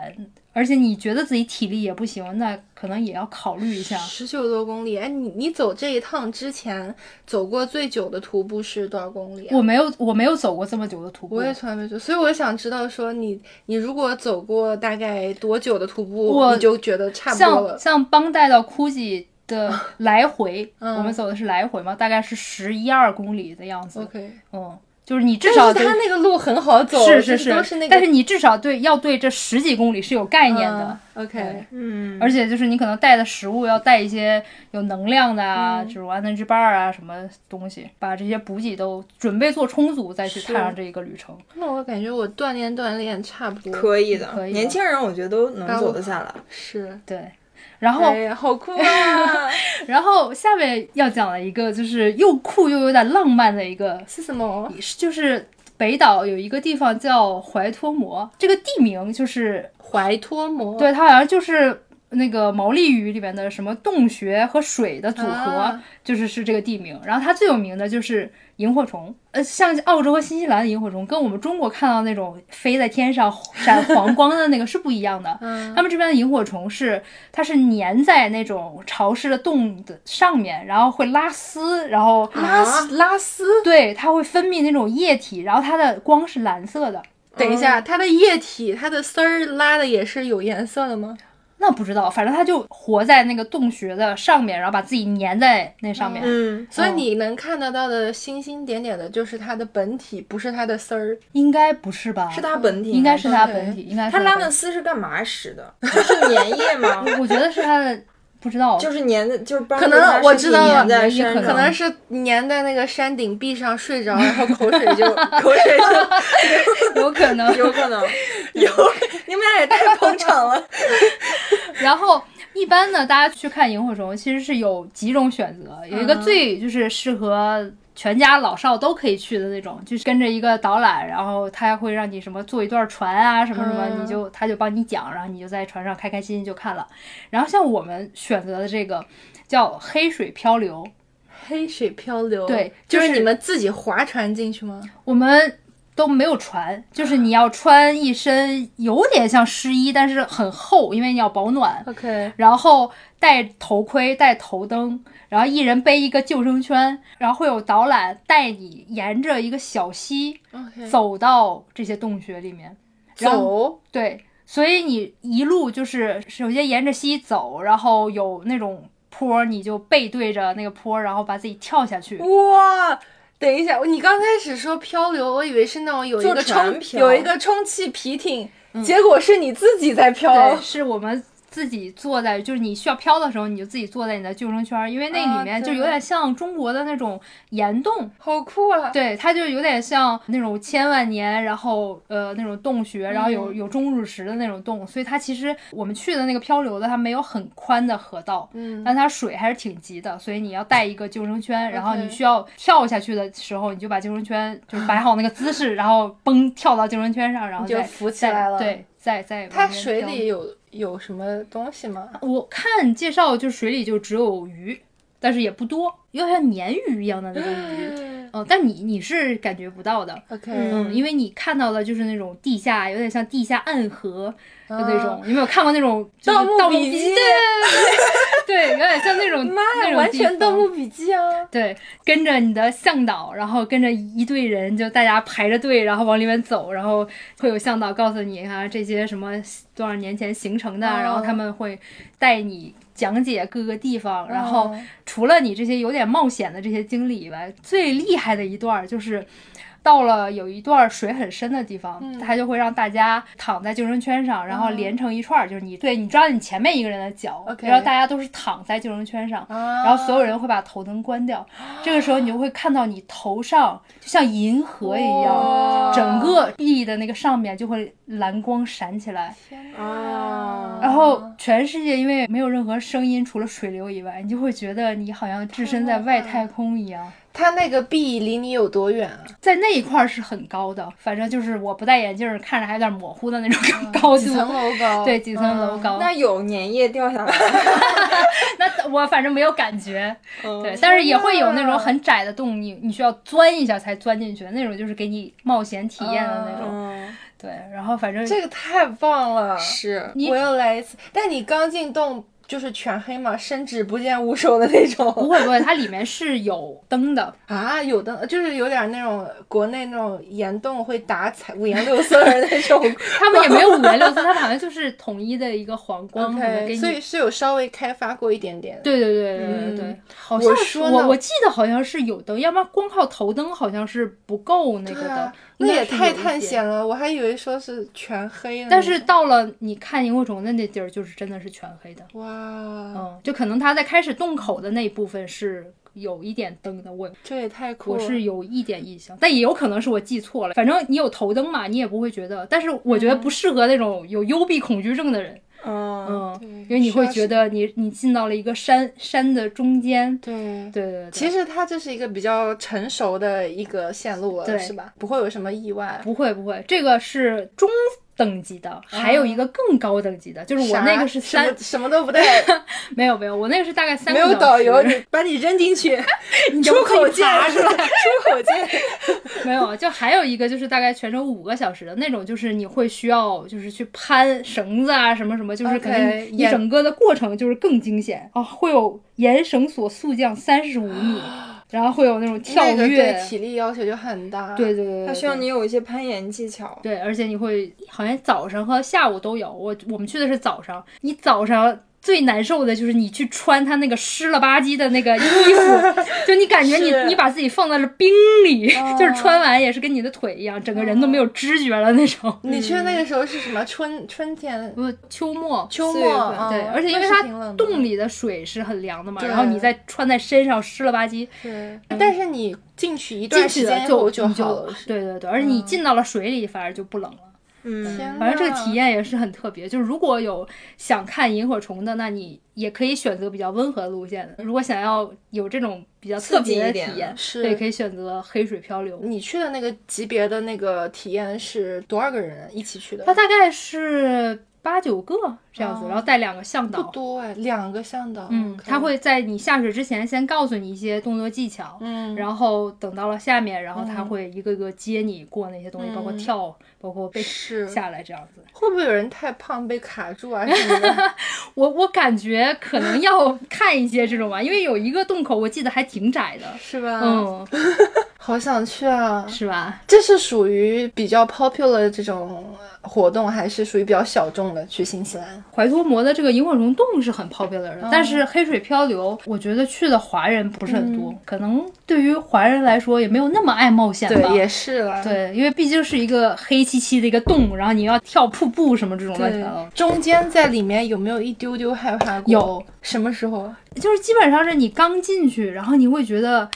[SPEAKER 2] 而且你觉得自己体力也不行，那可能也要考虑一下。
[SPEAKER 1] 十九多公里，哎，你你走这一趟之前走过最久的徒步是多少公里、啊？
[SPEAKER 2] 我没有，我没有走过这么久的徒步。
[SPEAKER 1] 我也从来没走，所以我想知道说你你如果走过大概多久的徒步，
[SPEAKER 2] 我
[SPEAKER 1] 你就觉得差不多
[SPEAKER 2] 像
[SPEAKER 1] 了。
[SPEAKER 2] 像邦带到库 i 的 来回，
[SPEAKER 1] 嗯
[SPEAKER 2] 我们走的是来回嘛，大概是十一二公里的样子。
[SPEAKER 1] OK，
[SPEAKER 2] 嗯，就是你至
[SPEAKER 1] 但
[SPEAKER 2] 少
[SPEAKER 1] 是
[SPEAKER 2] 得
[SPEAKER 1] 它那个路很好走，
[SPEAKER 2] 是
[SPEAKER 1] 就是都是那个。
[SPEAKER 2] 但是你至少对要对这十几公里是有概念的，
[SPEAKER 1] 嗯 OK，
[SPEAKER 4] 嗯，
[SPEAKER 2] 而且就是你可能带的食物要带一些有能量的啊，这种 energy bar 啊什么东西，把这些补给都准备做充足，再去踏上这一个旅程。
[SPEAKER 1] 那我感觉我锻炼锻炼差不多。
[SPEAKER 4] 可以的，
[SPEAKER 2] 可以的
[SPEAKER 4] 年轻人我觉得都能
[SPEAKER 1] 啊
[SPEAKER 4] 走
[SPEAKER 1] 我
[SPEAKER 4] 得下来。
[SPEAKER 1] 是，
[SPEAKER 2] 对，然后、
[SPEAKER 1] 哎呀，好酷 啊！
[SPEAKER 2] 然后下面要讲的一个就是又酷又有点浪漫的一个
[SPEAKER 1] 是什么？
[SPEAKER 2] 就是北岛有一个地方叫怀托摩，这个地名就是，
[SPEAKER 1] 怀托摩。
[SPEAKER 2] 对，它好像就是那个毛利语里面的什么洞穴和水的组合，
[SPEAKER 1] 啊
[SPEAKER 2] 就是是这个地名。然后它最有名的就是萤火虫，呃，像澳洲和新西兰的萤火虫，跟我们中国看到那种飞在天 上闪黄光的那个是不一样的。
[SPEAKER 1] 嗯，
[SPEAKER 2] 他们这边的萤火虫是，它是粘在那种潮湿的洞的上面，然后会拉丝，然后啊
[SPEAKER 1] 拉丝拉丝。
[SPEAKER 2] 对，它会分泌那种液体，然后它的光是蓝色的。
[SPEAKER 1] 等一下，它的液体，它的丝儿拉的也是有颜色的吗？
[SPEAKER 2] 那不知道，反正它就活在那个洞穴的上面，然后把自己粘在那上面。
[SPEAKER 4] 嗯，
[SPEAKER 1] 所以你能看得到的星星点点的，就是它的本体，不是它的丝儿。
[SPEAKER 2] 应该不是吧？
[SPEAKER 4] 是它本体吗，
[SPEAKER 2] 应该是它
[SPEAKER 1] 对
[SPEAKER 2] 本体，应该是
[SPEAKER 4] 它
[SPEAKER 2] 它
[SPEAKER 4] 拉
[SPEAKER 2] 本
[SPEAKER 4] 的丝是干嘛使的？就是粘液吗？
[SPEAKER 2] 体。我觉得是它的，不知道。
[SPEAKER 4] 就是粘的，就是帮
[SPEAKER 1] 可
[SPEAKER 4] 助
[SPEAKER 1] 能
[SPEAKER 4] 它
[SPEAKER 1] 我
[SPEAKER 4] 身
[SPEAKER 1] 知
[SPEAKER 4] 体
[SPEAKER 1] 道
[SPEAKER 4] 粘
[SPEAKER 1] 了
[SPEAKER 4] 在
[SPEAKER 2] 也
[SPEAKER 4] 身
[SPEAKER 2] 可
[SPEAKER 4] 上。
[SPEAKER 1] 可能是粘在那个山顶壁上睡着，然后口水就口水就
[SPEAKER 2] 有可能。
[SPEAKER 4] 有可能有，你们俩也太捧场了。
[SPEAKER 2] 然后一般呢，大家去看萤火虫其实是有几种选择，有一个最就是适合。全家老少都可以去的那种，就是跟着一个导览，然后他会让你什么坐一段船啊，什么什么，
[SPEAKER 1] 嗯
[SPEAKER 2] 你就他就帮你讲，然后你就在船上开开心心就看了。然后像我们选择的这个叫黑水漂流，
[SPEAKER 1] 黑水漂流。
[SPEAKER 2] 对
[SPEAKER 1] 就
[SPEAKER 2] 就是
[SPEAKER 1] 是你们自己划船进去吗？
[SPEAKER 2] 我们都没有船，就是你要穿一身有点像湿衣，但是很厚，因为你要保暖。
[SPEAKER 1] OK，
[SPEAKER 2] 然后戴头盔、戴头灯，然后一人背一个救生圈，然后会有导览带你沿着一个小溪
[SPEAKER 1] OK
[SPEAKER 2] 走到这些洞穴里面。然后
[SPEAKER 1] 走，
[SPEAKER 2] 对，所以你一路就是首先沿着溪走，然后有那种坡，你就背对着那个坡，然后把自己跳下去。
[SPEAKER 1] 哦哇！等一下，你刚开始说漂流，我以为是那种有一个
[SPEAKER 4] 坐船
[SPEAKER 1] 充
[SPEAKER 4] 漂
[SPEAKER 1] 有一个充气皮艇，结果是你自己在漂
[SPEAKER 2] 对，。是我们自己坐在，就是你需要漂的时候，你就自己坐在你的救生圈儿，因为那
[SPEAKER 1] 啊
[SPEAKER 2] 里面就
[SPEAKER 1] 对
[SPEAKER 2] 有点像中国的那种岩洞，
[SPEAKER 1] 好酷啊！
[SPEAKER 2] 对，它就有点像那种千万年，然后呃那种洞穴，然后有
[SPEAKER 1] 嗯
[SPEAKER 2] 有钟乳石的那种洞，所以它其实我们去的那个漂流的，它没有很宽的河道。
[SPEAKER 1] 嗯，
[SPEAKER 2] 但它水还是挺急的，所以你要带一个救生圈，然后你
[SPEAKER 1] OK
[SPEAKER 2] 需要跳下去的时候，你就把救生圈就是摆好那个姿势，然后嘣跳到救生圈上，然后
[SPEAKER 1] 你就
[SPEAKER 2] 再
[SPEAKER 1] 浮起
[SPEAKER 2] 再
[SPEAKER 1] 来了
[SPEAKER 2] 对，再再
[SPEAKER 1] 它
[SPEAKER 2] 往前
[SPEAKER 1] 水
[SPEAKER 2] 飘
[SPEAKER 1] 里有有什么东西吗？
[SPEAKER 2] 我看介绍就水里就只有鱼，但是也不多，有点像鲶鱼一样的那种 鱼。哦，但你你是感觉不到的，
[SPEAKER 1] OK，
[SPEAKER 2] 嗯，因为你看到的就是那种地下，有点像地下暗河
[SPEAKER 1] 啊
[SPEAKER 2] 的那种。你有没有看过那种就是
[SPEAKER 1] 盗墓
[SPEAKER 2] 盗墓
[SPEAKER 1] 笔
[SPEAKER 2] 笔
[SPEAKER 1] 记
[SPEAKER 2] 对对对，有点像那种那种
[SPEAKER 1] 完
[SPEAKER 2] 地
[SPEAKER 1] 全《盗
[SPEAKER 2] 方
[SPEAKER 1] 墓笔记》啊！
[SPEAKER 2] 对，跟着你的向导，然后跟着一队人，就大家排着队，然后往里面走，然后会有向导告诉你啊，这些什么多少年前形成的，
[SPEAKER 1] 哦
[SPEAKER 2] 然后他们会带你讲解各个地方。然后
[SPEAKER 1] 哦
[SPEAKER 2] 除了你这些有点冒险的这些经历以外，最厉害的一段儿就是。到了有一段水很深的地方，
[SPEAKER 1] 嗯
[SPEAKER 2] 他就会让大家躺在救生圈上，然后连成一串儿，就是你对你抓着你前面一个人的脚
[SPEAKER 1] OK
[SPEAKER 2] 然后大家都是躺在救生圈上，
[SPEAKER 1] 啊
[SPEAKER 2] 然后所有人会把头灯关掉，这个时候你就会看到你头上就像银河一样，
[SPEAKER 1] 哇
[SPEAKER 2] 整个地的那个上面就会蓝光闪起来，
[SPEAKER 4] 啊
[SPEAKER 2] 然后
[SPEAKER 1] 哦
[SPEAKER 2] 全世界因为没有任何声音，除了水流以外，你就会觉得你好像置身在外太空一样。
[SPEAKER 1] 它那个壁离你有多远啊？
[SPEAKER 2] 在那一块儿是很高的，反正就是我不戴眼镜儿，看着还有点模糊的那种
[SPEAKER 1] 嗯
[SPEAKER 2] 高
[SPEAKER 1] 几
[SPEAKER 2] 度，
[SPEAKER 1] 层嗯楼高？
[SPEAKER 2] 对，几层楼高。
[SPEAKER 4] 那有粘液掉下来，
[SPEAKER 2] 那我反正没有感觉，
[SPEAKER 1] 哦
[SPEAKER 4] 嗯
[SPEAKER 2] 对，但是也会有那种
[SPEAKER 1] 呐
[SPEAKER 2] 很窄的洞，你你需要钻一下才钻进去，那种就是给你冒险体验的那种。
[SPEAKER 4] 嗯，
[SPEAKER 2] 对，然后反正
[SPEAKER 1] 这个太棒了，
[SPEAKER 3] 是
[SPEAKER 2] 你
[SPEAKER 1] 我又来一次。但你刚进洞就是全黑嘛，伸指不见五手的那
[SPEAKER 2] 不
[SPEAKER 1] 种
[SPEAKER 2] 会不会，它里面是有灯的，
[SPEAKER 1] 啊，有的就是有点那种国内那种岩洞会打彩五颜六色的那种
[SPEAKER 2] 他们也没有五颜六色，他们好像就是统一的一个黄光什么 给
[SPEAKER 1] OK，
[SPEAKER 2] 你。
[SPEAKER 1] 所以是有稍微开发过一点点。，
[SPEAKER 2] 对对对对对对，
[SPEAKER 1] 嗯
[SPEAKER 2] 好像
[SPEAKER 1] 我
[SPEAKER 2] 是
[SPEAKER 1] 说
[SPEAKER 2] 我
[SPEAKER 1] 呢
[SPEAKER 2] 我记得好像是有灯，要不然光靠头灯好像是不够那个
[SPEAKER 1] 对
[SPEAKER 2] 的，
[SPEAKER 1] 啊，
[SPEAKER 2] 应
[SPEAKER 1] 那
[SPEAKER 2] 该
[SPEAKER 1] 也
[SPEAKER 2] 是有
[SPEAKER 1] 太
[SPEAKER 2] 一
[SPEAKER 1] 探
[SPEAKER 2] 些
[SPEAKER 1] 险了，我还以为说是全黑的那种。
[SPEAKER 2] 但是到了你看萤火虫的那地儿，就是真的是全黑的。
[SPEAKER 1] 哇，
[SPEAKER 2] 嗯，就可能它在开始洞口的那一部分是有一点灯的，我
[SPEAKER 1] 这也太酷
[SPEAKER 2] 我
[SPEAKER 1] 了！
[SPEAKER 2] 是有一点印象，但也有可能是我记错了。反正你有头灯嘛，你也不会觉得。但是我
[SPEAKER 1] 嗯
[SPEAKER 2] 觉得不适合那种有幽闭恐惧症的人，
[SPEAKER 4] 嗯，
[SPEAKER 2] 嗯，
[SPEAKER 1] 对
[SPEAKER 2] 因为你
[SPEAKER 1] 是啊
[SPEAKER 2] 会觉
[SPEAKER 1] 是
[SPEAKER 2] 得你你进到了一个山山的中间。
[SPEAKER 1] 对。
[SPEAKER 2] 对对对，
[SPEAKER 1] 其实它这是一个比较成熟的一个线路
[SPEAKER 2] 对
[SPEAKER 1] 了，是吧？不会有什么意外。
[SPEAKER 2] 不会不会，这个是中等级的，还有一个更高等级的，就是我
[SPEAKER 1] 啥
[SPEAKER 2] 那个是
[SPEAKER 1] 什
[SPEAKER 2] 三
[SPEAKER 1] 么，什么都不对，
[SPEAKER 2] 没有没有，我那个是大概三
[SPEAKER 1] 没
[SPEAKER 2] 个
[SPEAKER 1] 有
[SPEAKER 2] 小
[SPEAKER 1] 导游，
[SPEAKER 2] 时
[SPEAKER 1] 你把你扔进去，
[SPEAKER 2] 你
[SPEAKER 1] 出
[SPEAKER 2] 就自己
[SPEAKER 1] 口见
[SPEAKER 2] 爬
[SPEAKER 1] 是吧？出口见，
[SPEAKER 2] 没有，啊就还有一个就是大概全程五个小时的那种，就是你会需要就是去攀绳子啊什么什么，就是
[SPEAKER 1] OK，
[SPEAKER 2] 可能你
[SPEAKER 1] 沿
[SPEAKER 2] 整个的过程就是更惊险啊，会有沿绳索速降三十五 米，然后会有那种 跳
[SPEAKER 1] 那个
[SPEAKER 2] 跃，
[SPEAKER 1] 对体力要求就很大。
[SPEAKER 2] 对对对对，
[SPEAKER 4] 它需要
[SPEAKER 2] 对
[SPEAKER 4] 你有一些攀岩技巧。
[SPEAKER 2] 对，而且你会好像早上和下午都有，我我们去的是早上，你早上。最难受的就是你去穿它那个湿了吧唧的那个衣 服，就你感觉你
[SPEAKER 1] 是哦
[SPEAKER 2] 你把自己放在了冰里，就是穿完也是跟你的腿一样，整个人都没有知觉了那种。
[SPEAKER 1] 你去
[SPEAKER 2] 嗯
[SPEAKER 1] 那个时候是什么春春天、
[SPEAKER 2] 不，秋末，
[SPEAKER 1] 秋
[SPEAKER 4] 四月
[SPEAKER 1] 末
[SPEAKER 4] 份？
[SPEAKER 1] 嗯
[SPEAKER 2] 对，而且因
[SPEAKER 1] 那
[SPEAKER 2] 为
[SPEAKER 1] 是
[SPEAKER 2] 它
[SPEAKER 1] 挺冷的
[SPEAKER 2] 洞里的水是很凉的嘛，
[SPEAKER 1] 对
[SPEAKER 2] 然后你再穿在身上湿了吧唧，
[SPEAKER 1] 对，啊但是你进去一
[SPEAKER 2] 嗯进
[SPEAKER 1] 段
[SPEAKER 2] 去
[SPEAKER 1] 时
[SPEAKER 2] 的
[SPEAKER 1] 间以后
[SPEAKER 2] 就你
[SPEAKER 1] 好了。嗯
[SPEAKER 2] 对对对，而且你进到了水里反而就不冷了。
[SPEAKER 4] 嗯，
[SPEAKER 1] 天
[SPEAKER 2] 反正这个
[SPEAKER 1] 呐
[SPEAKER 2] 体验也是很特别，就是如果有想看萤火虫的，那你也可以选择比较温和的路线的；如果想要有这种比较特别的
[SPEAKER 4] 刺激一
[SPEAKER 2] 体验
[SPEAKER 4] 点，
[SPEAKER 1] 是
[SPEAKER 2] 对，可以选择黑水漂流。
[SPEAKER 1] 你去的那个级别的那个体验是多少个人一起去的
[SPEAKER 2] 它？大概是八九个这样子，
[SPEAKER 1] 哦
[SPEAKER 2] 然后带两个向
[SPEAKER 1] 不
[SPEAKER 2] 导。
[SPEAKER 1] 多哎，两个向导。
[SPEAKER 2] 嗯，
[SPEAKER 1] OK
[SPEAKER 2] 他会在你下水之前先告诉你一些动作技巧，
[SPEAKER 1] 嗯，
[SPEAKER 2] 然后等到了下面，然后他
[SPEAKER 1] 嗯
[SPEAKER 2] 会一个个接你过那些东西，包括
[SPEAKER 1] 嗯
[SPEAKER 2] 跳，包括被
[SPEAKER 1] 是
[SPEAKER 2] 下来这样子。
[SPEAKER 1] 会不会有人太胖被卡住啊什么 的？
[SPEAKER 2] 我我感觉可能要看一些这种吧，因为有一个洞口我记得还挺窄的，
[SPEAKER 1] 是吧？，
[SPEAKER 2] 嗯，
[SPEAKER 1] 好想去啊！
[SPEAKER 2] 是吧？
[SPEAKER 1] 这是属于比较 popular 的这种活动，还是属于比较小众的？去新西兰
[SPEAKER 2] 怀托摩的这个萤火虫洞是很 popular 的，但是
[SPEAKER 1] 嗯
[SPEAKER 2] 黑水漂流，我觉得去的华人不是很多，可能对于华人来说也没有那么爱冒险吧
[SPEAKER 1] 对。也是啦。
[SPEAKER 2] 对，因为毕竟是一个黑漆漆的一个洞，然后你要跳瀑布什么这种乱七八糟
[SPEAKER 1] 对，中间在里面有没有一丢丢害怕过？
[SPEAKER 2] 有，
[SPEAKER 1] 什么时候？啊
[SPEAKER 2] 的，就是基本上是你刚进去，然后你会 觉得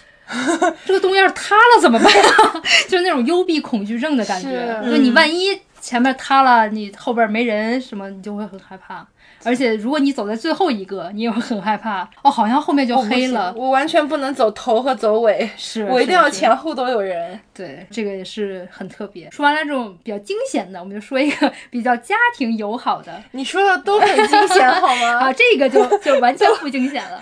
[SPEAKER 2] 这个洞要是塌了怎么办、啊？ 就是那种幽闭恐惧症的感觉，
[SPEAKER 1] 是
[SPEAKER 2] 就你万一前面塌了，你后边没人什么，你就会很害怕。而且如果你走在最后一个，你也会很害怕。哦，好像后面就
[SPEAKER 1] 我不
[SPEAKER 2] 黑
[SPEAKER 1] 行
[SPEAKER 2] 了，
[SPEAKER 1] 我完全不能走头和走尾，
[SPEAKER 2] 是
[SPEAKER 1] 我一定要。
[SPEAKER 2] 是是
[SPEAKER 1] 前后都有人。
[SPEAKER 2] 对，这个也是很特别。说完了这种比较惊险的，我们就说一个比较家庭友好的。
[SPEAKER 1] 你说的都很惊险， 好
[SPEAKER 2] 啊，
[SPEAKER 1] 吗？
[SPEAKER 2] 这个就就完全不惊险了，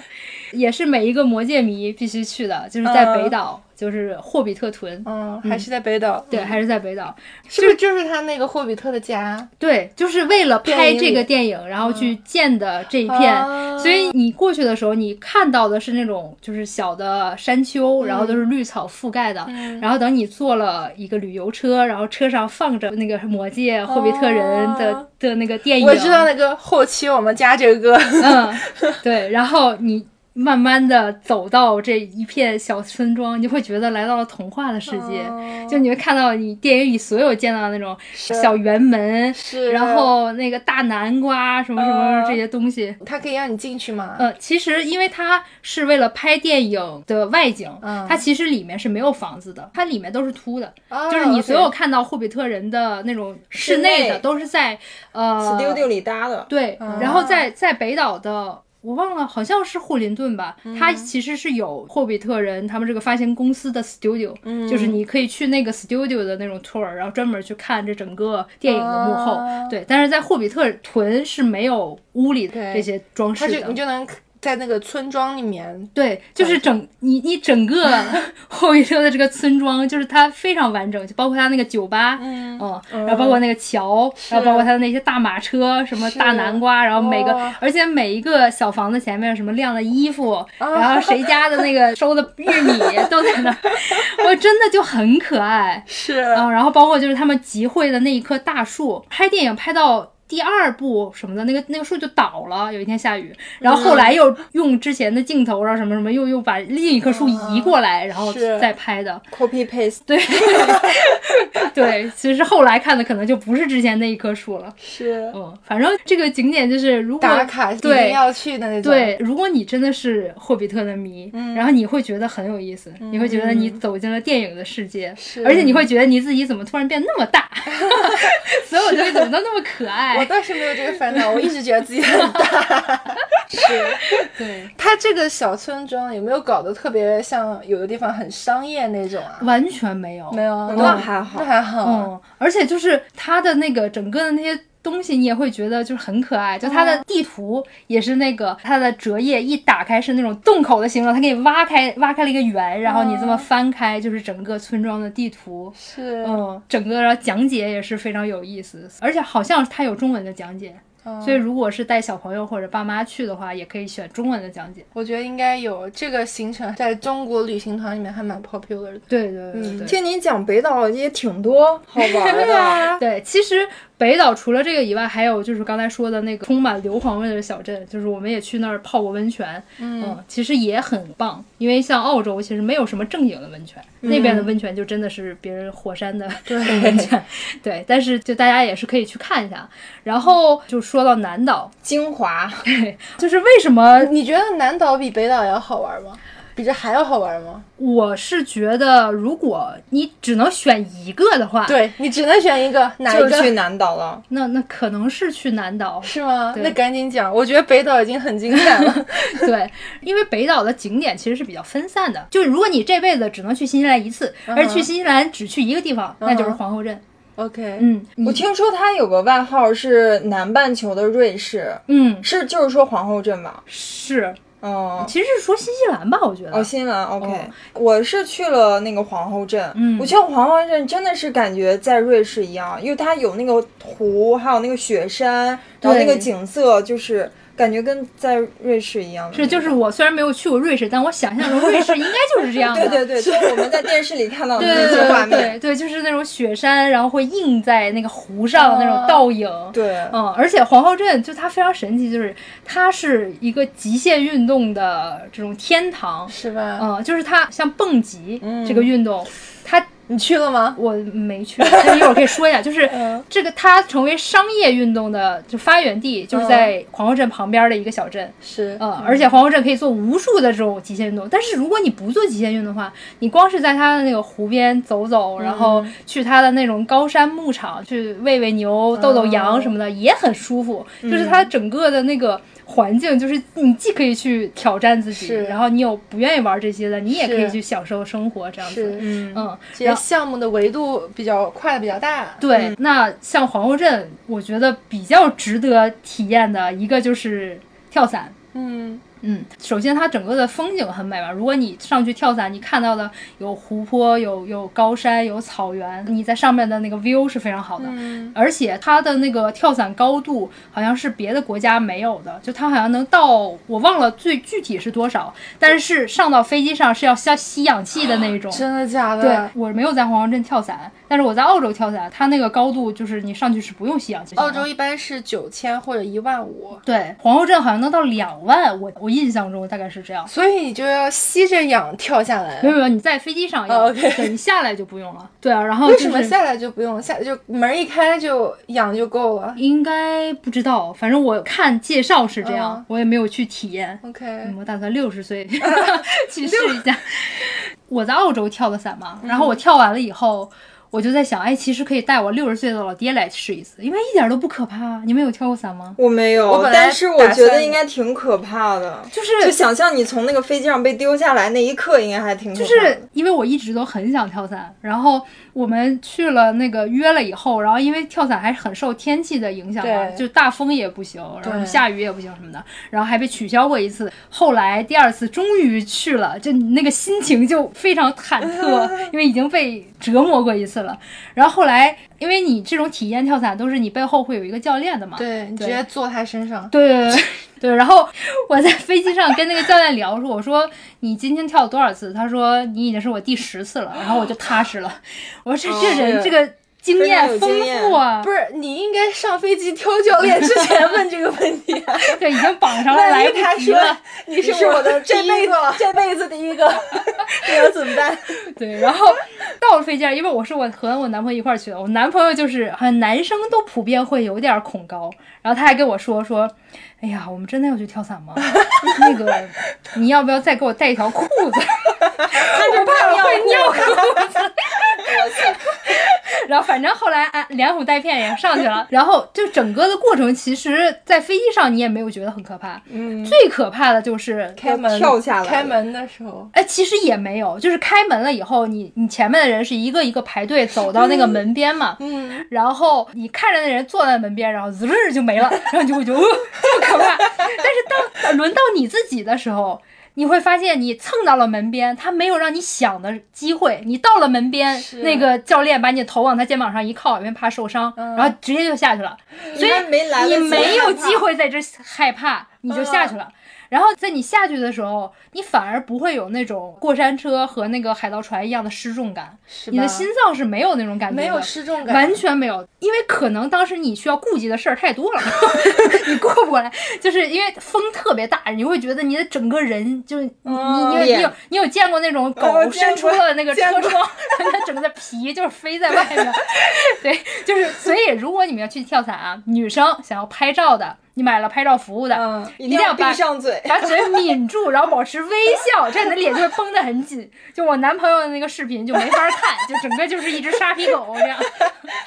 [SPEAKER 2] 也是每一个魔界迷必须去的，就是在北岛，就是霍比特屯，
[SPEAKER 1] 嗯，还是在北岛，
[SPEAKER 2] 对，还是在北岛，
[SPEAKER 1] 是不是就是他那个霍比特的家？
[SPEAKER 2] 对，就是为了拍
[SPEAKER 1] 电影里嗯
[SPEAKER 2] 这个电影，然后去建的这一片，
[SPEAKER 1] 啊
[SPEAKER 2] 所以你过去的时候，你看到的是那种就是小的山丘，然后都是
[SPEAKER 1] 嗯
[SPEAKER 2] 绿草覆盖的。然后等你坐了一个旅游车，然后车上放着那个魔界霍比特人的、
[SPEAKER 1] 哦
[SPEAKER 2] 的那个电影，
[SPEAKER 1] 我知道那个后期我们加这个歌，
[SPEAKER 2] 嗯，对，然后你慢慢的走到这一片小村庄，你就会觉得来到了童话的世界，
[SPEAKER 1] 哦
[SPEAKER 2] 就你会看到你电影里所有见到的那种小圆门，
[SPEAKER 1] 是
[SPEAKER 2] 然后那个大南瓜什么什么
[SPEAKER 1] 嗯
[SPEAKER 2] 这些东西。
[SPEAKER 1] 他可以让你进去吗？
[SPEAKER 2] 呃，其实因为它是为了拍电影的外景，
[SPEAKER 1] 嗯
[SPEAKER 2] 它其实里面是没有房子的，它里面都是秃的，
[SPEAKER 1] 啊
[SPEAKER 2] 就是你所有
[SPEAKER 1] OK
[SPEAKER 2] 看到霍比特人的那种室
[SPEAKER 4] 室
[SPEAKER 2] 内的
[SPEAKER 4] 内
[SPEAKER 2] 都是在呃
[SPEAKER 4] studio 里搭的，
[SPEAKER 2] 对，然
[SPEAKER 1] 哦
[SPEAKER 2] 后在在北岛的。我忘了，好像是霍林顿吧，
[SPEAKER 1] 嗯
[SPEAKER 2] 它其实是有霍比特人他们这个发行公司的 studio，、就是
[SPEAKER 1] 嗯
[SPEAKER 2] 你可以去那个 studio 的那种 tour，然后专门去看这整个电影的幕后。
[SPEAKER 1] 啊
[SPEAKER 2] 对，但是在霍比特屯是没有屋里的
[SPEAKER 1] 对
[SPEAKER 2] 这些装饰
[SPEAKER 1] 他
[SPEAKER 2] 的，
[SPEAKER 1] 就你就能在那个村庄里面，
[SPEAKER 2] 对，就是整你你整个 霍比特的这个村庄，就是它非常完整，就包括它那个酒吧，嗯，然后包括那个桥，然后包括它的那些大马车，什么大南瓜，然后每个，
[SPEAKER 1] 哇
[SPEAKER 2] 而且每一个小房子前面有什么晾的衣服，然后谁家的那个收的玉米都在那儿，我真的就很可 爱。
[SPEAKER 1] 是
[SPEAKER 2] 嗯、然后包括就是他们集会的那一棵大树，拍电影拍到。第二部什么的那个那个树就倒了，有一天下雨，然后后来又用之前的镜头，啊然后什么什么又又把另一棵树移过来，然后
[SPEAKER 1] 是
[SPEAKER 2] 再拍的。
[SPEAKER 4] copy paste，
[SPEAKER 2] 对， 对，其实后来看的可能就不是之前那一棵树了。
[SPEAKER 1] 是
[SPEAKER 2] 嗯，反正这个景点就是如果
[SPEAKER 1] 打卡一定
[SPEAKER 2] 对
[SPEAKER 1] 要去的那种，
[SPEAKER 2] 对，如果你真的是霍比特的迷，
[SPEAKER 1] 嗯
[SPEAKER 2] 然后你会觉得很有意思，你会觉得你走进了电影的世界，
[SPEAKER 1] 是
[SPEAKER 2] 而且你会觉得你自己怎么突然变那么大， 所有东西怎么都那么可
[SPEAKER 1] 我
[SPEAKER 2] 爱。
[SPEAKER 1] 倒是没有这个烦恼，我一直觉得自己很大。
[SPEAKER 2] 对，
[SPEAKER 1] 它这个小村庄有没有搞得特别像有的地方很商业那种啊？
[SPEAKER 2] 完全没有，
[SPEAKER 1] 没有啊，
[SPEAKER 4] 嗯那还好
[SPEAKER 1] 那。还好啊。
[SPEAKER 2] 嗯，而且就是它的那个整个的那些东西，你也会觉得就是很可爱。就它的地图也是那个，它的折页一打开是那种洞口的形状，它给你挖开，挖开了一个圆，然后你这么翻开，就是整个村庄的地图。
[SPEAKER 1] 是，
[SPEAKER 2] 嗯，整个然后讲解也是非常有意思，而且好像它有中文的讲解，
[SPEAKER 1] 嗯
[SPEAKER 2] 所以如果是带小朋友或者爸妈去的话，也可以选中文的讲解。
[SPEAKER 1] 我觉得应该有这个行程，在中国旅行团里面还蛮 popular 的。
[SPEAKER 2] 对对对对。
[SPEAKER 4] 听你讲北岛也挺多好玩儿的，
[SPEAKER 2] 对，啊其实北岛除了这个以外，还有就是刚才说的那个充满硫磺味的小镇，就是我们也去那儿泡过温泉，嗯其实也很棒。因为像澳洲其实没有什么正经的温泉，
[SPEAKER 1] 嗯
[SPEAKER 2] 那边的温泉就真的是别人火山的 温泉，对。但是就大家也是可以去看一下。然后就说到南岛，
[SPEAKER 4] 精华。
[SPEAKER 2] 就是为什么
[SPEAKER 1] 你觉得南岛比北岛要好玩吗？比这还要好玩吗？
[SPEAKER 2] 我是觉得，如果你只能选一个的话，，
[SPEAKER 1] 对你只能选一个，哪一
[SPEAKER 4] 就
[SPEAKER 1] 个？
[SPEAKER 4] 是去南岛了，
[SPEAKER 2] 那那可能是去南岛，
[SPEAKER 1] 是吗？
[SPEAKER 2] 对
[SPEAKER 1] 那赶紧讲，我觉得北岛已经很精彩了。
[SPEAKER 2] 对，因为北岛的景点其实是比较分散的，就是如果你这辈子只能去新西兰一次，
[SPEAKER 4] 嗯
[SPEAKER 2] 而去新西兰只去一个地方，那就是皇后镇。
[SPEAKER 1] OK，
[SPEAKER 2] 嗯，
[SPEAKER 4] 我
[SPEAKER 2] 你
[SPEAKER 4] 听说它有个外号是南半球的瑞士，
[SPEAKER 2] 嗯
[SPEAKER 4] 是就是说皇后镇吧？
[SPEAKER 2] 是，
[SPEAKER 4] 嗯，
[SPEAKER 2] 其实是说新啊西兰吧，我觉得。
[SPEAKER 4] 哦，新闻 OK，、我是去了那个皇后镇，
[SPEAKER 2] 嗯
[SPEAKER 4] 我去皇后镇真的是感觉在瑞士一样，因为它有那个湖，还有那个雪山，然后那个景色，就是感觉跟在瑞士一样的那
[SPEAKER 2] 是，
[SPEAKER 4] 种。
[SPEAKER 2] 就是我虽然没有去过瑞士，但我想象中瑞士应该就是这样的。
[SPEAKER 4] 对 对对，就是我们在电视里看到的
[SPEAKER 2] 对
[SPEAKER 4] 那
[SPEAKER 2] 对
[SPEAKER 4] 些画
[SPEAKER 2] 对
[SPEAKER 4] 面。
[SPEAKER 2] 对对，就是那种雪山，然后会映在那个湖上那种倒影。
[SPEAKER 4] 哦对，
[SPEAKER 2] 嗯，而且皇后镇就它非常神奇，就是它是一个极限运动的这种天堂。
[SPEAKER 1] 是吧？
[SPEAKER 2] 嗯，就是它像蹦极这个运动，它
[SPEAKER 1] 你去了吗？
[SPEAKER 2] 我没去，但一会儿可以说一下，就是这个它成为商业运动的就发源地，就是在皇后镇旁边的一个小镇。
[SPEAKER 1] 是，
[SPEAKER 2] 嗯，而且皇后镇可以做无数的这种极限运动，但是如果你不做极限运动的话，你光是在它的那个湖边走走，然后
[SPEAKER 1] 嗯
[SPEAKER 2] 去它的那种高山牧场去喂喂牛、
[SPEAKER 1] 嗯
[SPEAKER 2] 逗逗羊什么的，也很舒服。就是它整个的那个环境，就是你既可以去挑战自己，
[SPEAKER 1] 是
[SPEAKER 2] 然后你有不愿意玩这些的，你也可以
[SPEAKER 1] 是
[SPEAKER 2] 去享受生活这样
[SPEAKER 1] 是
[SPEAKER 2] 子。
[SPEAKER 4] 嗯，
[SPEAKER 2] 嗯，
[SPEAKER 1] 这些项目的维度比较跨的比较大。
[SPEAKER 2] 对，那像皇后镇，我觉得比较值得体验的一个就是跳伞。
[SPEAKER 1] 嗯，
[SPEAKER 2] 嗯，首先它整个的风景很美吧。如果你上去跳伞，你看到的有湖泊、有有高山、有草原，你在上面的那个 view 是非常好的。
[SPEAKER 1] 嗯
[SPEAKER 2] 而且它的那个跳伞高度好像是别的国家没有的，就它好像能到我忘了最具体是多少，但是上到飞机上是要吸吸氧气的那种。
[SPEAKER 1] 啊真的假的？
[SPEAKER 2] 对，我没有在皇后镇跳伞，但是我在澳洲跳伞，它那个高度就是你上去是不用吸氧气的。
[SPEAKER 1] 澳洲一般是九千或者一万五，
[SPEAKER 2] 对皇后镇好像能到两万，我我印象中大概是这样。
[SPEAKER 1] 所以你就要吸着氧跳下来
[SPEAKER 2] 没。有没有，你在飞机上要，
[SPEAKER 1] 哦，OK
[SPEAKER 2] 对你下来就不用了。对啊，然后、就
[SPEAKER 1] 为
[SPEAKER 2] 是、
[SPEAKER 1] 什么下来就不用下来就门一开就氧就够了
[SPEAKER 2] 应该不知道，反正我看介绍是这样，
[SPEAKER 1] 嗯
[SPEAKER 2] 我也没有去体验。
[SPEAKER 1] ？OK，
[SPEAKER 2] 嗯我打算六 十岁
[SPEAKER 1] 嗯
[SPEAKER 2] 去试一下。我在澳洲跳的伞嘛，然后我跳完了以后，我就在想，哎，其实可以带我六十岁的老爹来试一次，因为一点都不可怕。啊你们有跳过伞吗？
[SPEAKER 4] 嗯我没有，
[SPEAKER 1] 我本来
[SPEAKER 4] 但是我
[SPEAKER 1] 打
[SPEAKER 4] 觉得
[SPEAKER 1] 算
[SPEAKER 4] 应该挺可怕的。
[SPEAKER 2] 就是
[SPEAKER 4] 就想象你从那个飞机上被丢下来那一刻，应该还挺可怕
[SPEAKER 2] 就
[SPEAKER 4] 的
[SPEAKER 2] 是因为我一直都很想跳伞，然后我们去了那个约了以后，然后因为跳伞还是很受天气的影响嘛，
[SPEAKER 1] 对
[SPEAKER 2] 就大风也不行，然后
[SPEAKER 1] 对
[SPEAKER 2] 下雨也不行什么的，然后还被取消过一次。后来第二次终于去了，就那个心情就非常忐忑，因为已经被折磨过一次了。然后后来，因为你这种体验跳伞都是你背后会有一个教练的嘛，
[SPEAKER 1] 对你直
[SPEAKER 2] 对
[SPEAKER 1] 接坐他身上，
[SPEAKER 2] 对对对对，然后我在飞机上跟那个教练聊，说我说你今天跳了多少次？他说你已经是我第十次了，然后我就踏实了。我说这这人
[SPEAKER 4] 是
[SPEAKER 2] 这个经
[SPEAKER 4] 哦非常
[SPEAKER 2] 验
[SPEAKER 4] 有
[SPEAKER 2] 丰
[SPEAKER 4] 经验
[SPEAKER 2] 富 啊，
[SPEAKER 1] 不是你应该上飞机挑教练之前问这个问题、啊，
[SPEAKER 2] 对，已经绑上了，
[SPEAKER 1] 万
[SPEAKER 2] 来
[SPEAKER 1] 一
[SPEAKER 2] 不
[SPEAKER 1] 他
[SPEAKER 2] 及
[SPEAKER 1] 说
[SPEAKER 2] 了。
[SPEAKER 1] 你是
[SPEAKER 4] 是我的
[SPEAKER 1] 这
[SPEAKER 4] 第一
[SPEAKER 1] 辈子
[SPEAKER 4] 个
[SPEAKER 1] 这辈子第一 个，你要怎么办？
[SPEAKER 2] 对，然后到了飞机上，因为我是我和我男朋友一块儿去的，我男朋友就是好像男生都普遍会有点儿恐高，然后他还跟我说说，哎呀，我们真的要去跳伞吗？ 那个你要不要再给我带一条裤子？我怕我会尿裤子。然后反正后来啊，连哄带骗也上去了，然后就整个的过程，其实，在飞机上你也没有觉得很可怕，嗯，最可怕的就是
[SPEAKER 1] 开门
[SPEAKER 4] 跳下来
[SPEAKER 1] 开门的时候，
[SPEAKER 2] 哎，其实也没有，就是开门了以后，你你前面的人是一个一个排队走到那个门边嘛，
[SPEAKER 1] 嗯，
[SPEAKER 2] 然后你看着那人坐在门边，然后滋儿就没了，然后你就会觉得、呃、这么可怕。但是当呃轮到你自己的时候，你会发现你蹭到了门边，他没有让你想的机会，你到了门边，
[SPEAKER 1] 是
[SPEAKER 2] 那个教练把你头往他肩膀上一靠，因为怕受伤，
[SPEAKER 1] 嗯
[SPEAKER 2] 然后直接就下去了。所以
[SPEAKER 4] 你还没来得
[SPEAKER 2] 你
[SPEAKER 4] 及
[SPEAKER 2] 没有
[SPEAKER 4] 害怕
[SPEAKER 2] 机会在这害怕，你就下去
[SPEAKER 1] 嗯
[SPEAKER 2] 了。然后在你下去的时候，你反而不会有那种过山车和那个海盗船一样的失重感，
[SPEAKER 1] 是
[SPEAKER 2] 你的
[SPEAKER 1] 吧
[SPEAKER 2] 心脏是没有那种感觉的，
[SPEAKER 1] 没有失重感，
[SPEAKER 2] 完全没有，因为可能当时你需要顾及的事儿太多了， 你过不过来，就是因为风特别大，你会觉得你的整个人就你你你有你有你有见过那种狗
[SPEAKER 4] 哦我见
[SPEAKER 2] 伸
[SPEAKER 4] 过
[SPEAKER 2] 出了那个车
[SPEAKER 4] 见过
[SPEAKER 2] 窗， 它整个的皮就是飞在外面，对，就是所以如果你们要去跳伞啊，女生想要拍照的，你买了拍照服务的，
[SPEAKER 4] 嗯，
[SPEAKER 2] 一
[SPEAKER 4] 一定
[SPEAKER 2] 要
[SPEAKER 4] 要
[SPEAKER 2] 把
[SPEAKER 4] 闭上嘴。
[SPEAKER 2] 把嘴抿住，然后保持微笑，这样你的脸就会绷得很紧。就我男朋友的那个视频就没法看，就整个就是一只沙皮狗这样。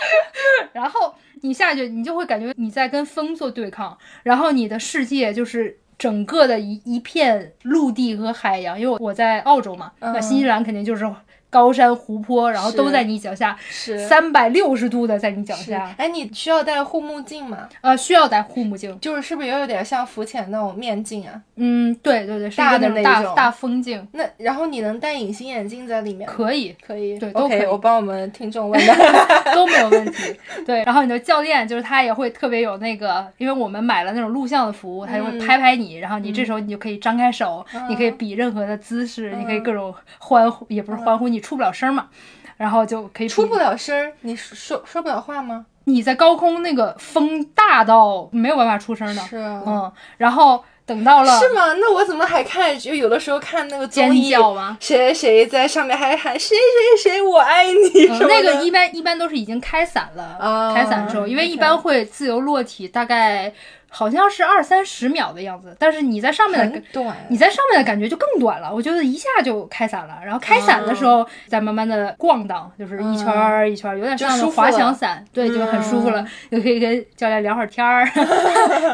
[SPEAKER 2] 然后你下去，你就会感觉你在跟风做对抗，然后你的世界就是。整个的一一片陆地和海洋，因为我我在澳洲嘛，那新西兰肯定就是高山湖泊，然后
[SPEAKER 1] 嗯
[SPEAKER 2] 都
[SPEAKER 1] 是
[SPEAKER 2] 在你脚下，
[SPEAKER 1] 是
[SPEAKER 2] 三百六十度的在你脚
[SPEAKER 1] 是
[SPEAKER 2] 下，
[SPEAKER 1] 哎，你需要戴护目镜吗？
[SPEAKER 2] 呃，需要戴护目镜。
[SPEAKER 1] 就是是不是也有点像浮潜那种面镜啊？
[SPEAKER 2] 嗯，对对对，是一
[SPEAKER 1] 大
[SPEAKER 2] 个
[SPEAKER 1] 的
[SPEAKER 2] 那种
[SPEAKER 1] 那
[SPEAKER 2] 大
[SPEAKER 1] 种
[SPEAKER 2] 大风镜，
[SPEAKER 1] 那然后你能戴隐形眼镜在里面吗？
[SPEAKER 2] 可以。
[SPEAKER 1] 可以，
[SPEAKER 2] 对都
[SPEAKER 1] o
[SPEAKER 2] 可以
[SPEAKER 1] k 我帮我们听众问的，
[SPEAKER 2] 都没有问题。对，然后你的教练就是他也会特别有那个，因为我们买了那种录像的服务，他就会
[SPEAKER 1] 嗯
[SPEAKER 2] 拍拍你，然后你这时候你就可以张开手，你可以比任何的姿势，你可以
[SPEAKER 1] 嗯
[SPEAKER 2] 各种欢呼，也不是欢呼，你出不了声嘛。然后就可以比
[SPEAKER 1] 出不，了声儿，你说说不了话吗？
[SPEAKER 2] 你在高空那个风大到没有办法出声的，
[SPEAKER 1] 是啊
[SPEAKER 2] 嗯，然后等到了
[SPEAKER 1] 是吗？那我怎么还看？就有的时候看那个综
[SPEAKER 2] 尖
[SPEAKER 1] 艺，啊
[SPEAKER 2] 叫吗？
[SPEAKER 1] 谁谁在上面还喊谁谁谁我爱你
[SPEAKER 2] 嗯
[SPEAKER 1] 什么的、
[SPEAKER 2] 那个一般一般都是已经开伞了，
[SPEAKER 1] 啊
[SPEAKER 2] 开伞的时候，因为一般会自由落体，大概好像是二三十秒的样子，但是你在上面的
[SPEAKER 1] 很短，
[SPEAKER 2] 你在上面的感觉就更短了，我觉得一下就开伞了。然后开伞的时候，再慢慢的逛荡，就是一圈儿一圈儿，有点像
[SPEAKER 1] 嗯
[SPEAKER 2] 那
[SPEAKER 1] 就舒
[SPEAKER 2] 种
[SPEAKER 1] 服了嗯
[SPEAKER 2] 滑翔伞，对，就很舒服了。就可以跟教练聊会儿天儿，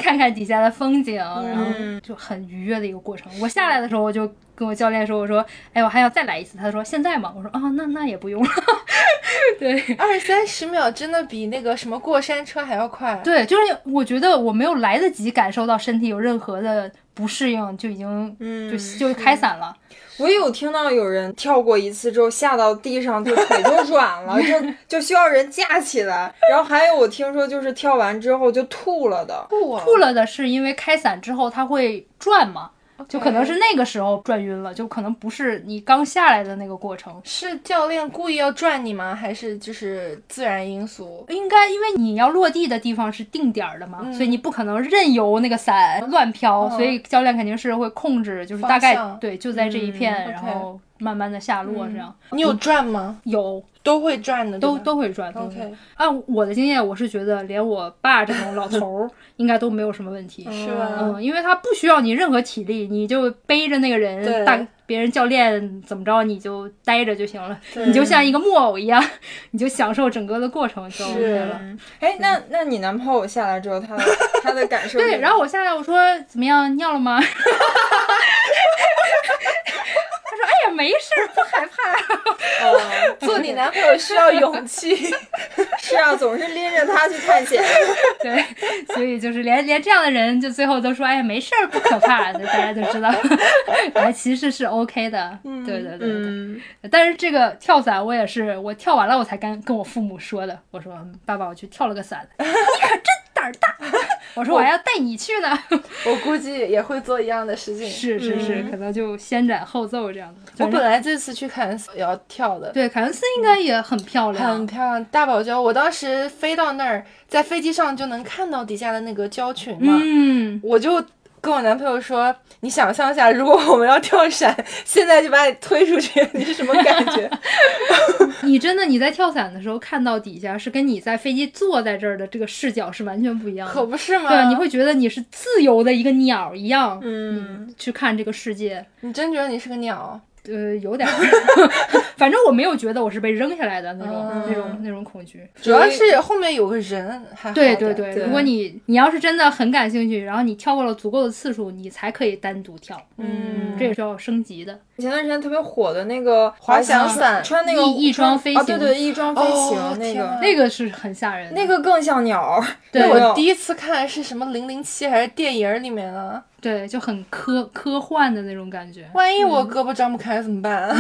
[SPEAKER 2] 看看底下的风景，然后
[SPEAKER 1] 嗯
[SPEAKER 2] 就很愉悦的一个过程。我下来的时候，我就跟我教练说，我说，哎，我还要再来一次。他说现在吗？我说啊，那那也不用了。对，
[SPEAKER 1] 二三十秒真的比那个什么过山车还要快。
[SPEAKER 2] 对，就是我觉得我没有来得及感受到身体有任何的不适应，就已经
[SPEAKER 4] 嗯
[SPEAKER 2] 就就开伞了。
[SPEAKER 4] 我有听到有人跳过一次之后下到地上就腿就软了，就就需要人架起来。然后还有我听说就是跳完之后就吐了的，
[SPEAKER 1] 吐啊
[SPEAKER 2] 吐了的是因为开伞之后它会转嘛，就可能是那个时候转晕了，就可能不是你刚下来的那个过程。
[SPEAKER 1] 是教练故意要转你吗？还是就是自然因素？
[SPEAKER 2] 应该因为你要落地的地方是定点儿的
[SPEAKER 1] 嗯
[SPEAKER 2] 嘛，所以你不可能任由那个伞乱飘，所以教练肯定是会控制，就是大概
[SPEAKER 1] 方向
[SPEAKER 2] 对就在这一片，
[SPEAKER 1] 嗯
[SPEAKER 2] 然
[SPEAKER 1] OK
[SPEAKER 2] 后慢慢的下落这样。
[SPEAKER 1] 你有转吗？
[SPEAKER 2] 有
[SPEAKER 1] 都会转的，
[SPEAKER 2] 都
[SPEAKER 1] 嗯对吧
[SPEAKER 2] 都会转。都会
[SPEAKER 1] OK
[SPEAKER 2] 按我的经验，我是觉得连我爸这种老 头儿应该都没有什么问题。
[SPEAKER 1] 是吧？
[SPEAKER 2] 嗯，因为他不需要你任何体力，你就背着那个
[SPEAKER 1] 对
[SPEAKER 2] 人，大别人教练怎么着，你就待着就行了，
[SPEAKER 1] 对
[SPEAKER 2] 你就像一个木偶一样， 你就享受整个的过程就 OK 了。
[SPEAKER 1] 是
[SPEAKER 4] 哎，那那你男朋友下来之后，他的他的感 受是？
[SPEAKER 2] 对，然后我下来我说怎么样，尿了吗？他 说哎呀没事儿， 不害怕。
[SPEAKER 4] 嗯
[SPEAKER 1] 做你男朋友需要勇气，
[SPEAKER 4] 是啊，总是拎着他去探险。
[SPEAKER 2] 对，所以就是连连这样的人，就最后都说哎呀没事儿，不可怕， 大家就知道，哎其实是 OK 的。对对对对。
[SPEAKER 3] 嗯，
[SPEAKER 2] 但是这个跳伞我也是，我跳完了我才跟跟我父母说的。我说嗯爸爸，我去跳了个 伞，你可真胆儿大。 我说我还要带你去呢。
[SPEAKER 1] 我估计也会做一样的事情。
[SPEAKER 2] 是是是，可能就先斩后奏这样的。
[SPEAKER 1] 我
[SPEAKER 2] 反
[SPEAKER 1] 本
[SPEAKER 2] 正
[SPEAKER 1] 来这次去凯恩斯也要跳的，
[SPEAKER 2] 对凯恩斯应该也很漂
[SPEAKER 1] 很
[SPEAKER 2] 亮，
[SPEAKER 1] 漂亮，大堡礁。我当时飞到那儿，在飞机上就能看到底下的那个礁群嘛，
[SPEAKER 2] 嗯，
[SPEAKER 1] 我就。跟我男朋友说，你想象一下，如果我们要跳伞，现在就把你推出去，你是什么感 觉？
[SPEAKER 2] 你真的你在跳伞的时候看到底下是跟你在飞机坐在这儿的这个视角是完全不一样
[SPEAKER 1] 可
[SPEAKER 2] 的。
[SPEAKER 1] 不是吗？
[SPEAKER 2] 对，啊你会觉得你是自由的一个鸟一样，
[SPEAKER 4] 嗯，
[SPEAKER 2] 去看这个世界。
[SPEAKER 1] 你真觉得你是个鸟？
[SPEAKER 2] 呃，有点儿， 反正我没有觉得我是被扔下来的那种、那种那种恐惧。
[SPEAKER 1] 主要是后面有个人，还好
[SPEAKER 2] 对对
[SPEAKER 1] 点
[SPEAKER 2] 对，
[SPEAKER 4] 对
[SPEAKER 2] 如果你你要是真的很感兴趣，然后你跳过了足够的次数，你才可以单独跳，
[SPEAKER 1] 嗯，
[SPEAKER 2] 这也是要升级的。
[SPEAKER 4] 前段时间特别火的那个
[SPEAKER 1] 滑翔伞
[SPEAKER 4] 穿那个
[SPEAKER 2] 翼翼装飞
[SPEAKER 4] 啊，对
[SPEAKER 2] 行
[SPEAKER 4] 对，翼装飞
[SPEAKER 1] 哦
[SPEAKER 4] 行那
[SPEAKER 1] 天哪
[SPEAKER 4] 个，
[SPEAKER 2] 那个是很吓人的，
[SPEAKER 4] 那个更像鸟儿。
[SPEAKER 2] 对
[SPEAKER 4] 有没有
[SPEAKER 1] 我第一次看是什么零零七还是电影里面啊？
[SPEAKER 2] 对就很科科幻的那种感觉。
[SPEAKER 1] 万一我胳膊张不开怎么办、啊？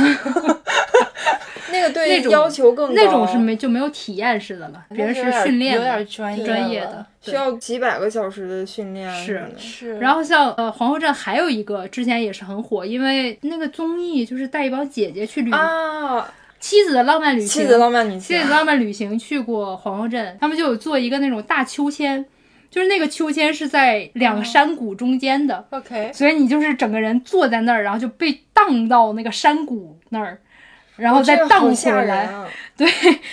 [SPEAKER 4] 那个对
[SPEAKER 2] 那种
[SPEAKER 4] 要求更高，
[SPEAKER 2] 那种是没就没有体验式的了，别人是训练
[SPEAKER 1] 有点
[SPEAKER 2] 的。
[SPEAKER 1] 专业
[SPEAKER 2] 专业
[SPEAKER 1] 了
[SPEAKER 2] 的。
[SPEAKER 4] 需要几百个小时的训练
[SPEAKER 2] 是
[SPEAKER 4] 什么的。
[SPEAKER 1] 是，
[SPEAKER 2] 然后像呃皇后镇还有一个之前也是很火，因为那个综艺就是带一帮姐姐去旅
[SPEAKER 4] 啊，
[SPEAKER 2] 妻子的浪漫旅行，
[SPEAKER 4] 妻子 浪漫女哦
[SPEAKER 2] 妻
[SPEAKER 4] 性
[SPEAKER 2] 子，浪漫旅行去过皇后镇，他们就有做一个那种大秋千，就是那个秋千是在两
[SPEAKER 4] 嗯
[SPEAKER 2] 个山谷中间的，
[SPEAKER 1] OK，
[SPEAKER 2] 所以你就是整个人坐在那儿，然后就被荡到那个山谷那儿，然后
[SPEAKER 4] 哦这
[SPEAKER 2] 再
[SPEAKER 4] 个
[SPEAKER 2] 荡
[SPEAKER 4] 好
[SPEAKER 2] 回
[SPEAKER 4] 吓人
[SPEAKER 2] 来。
[SPEAKER 4] 啊！
[SPEAKER 2] 对，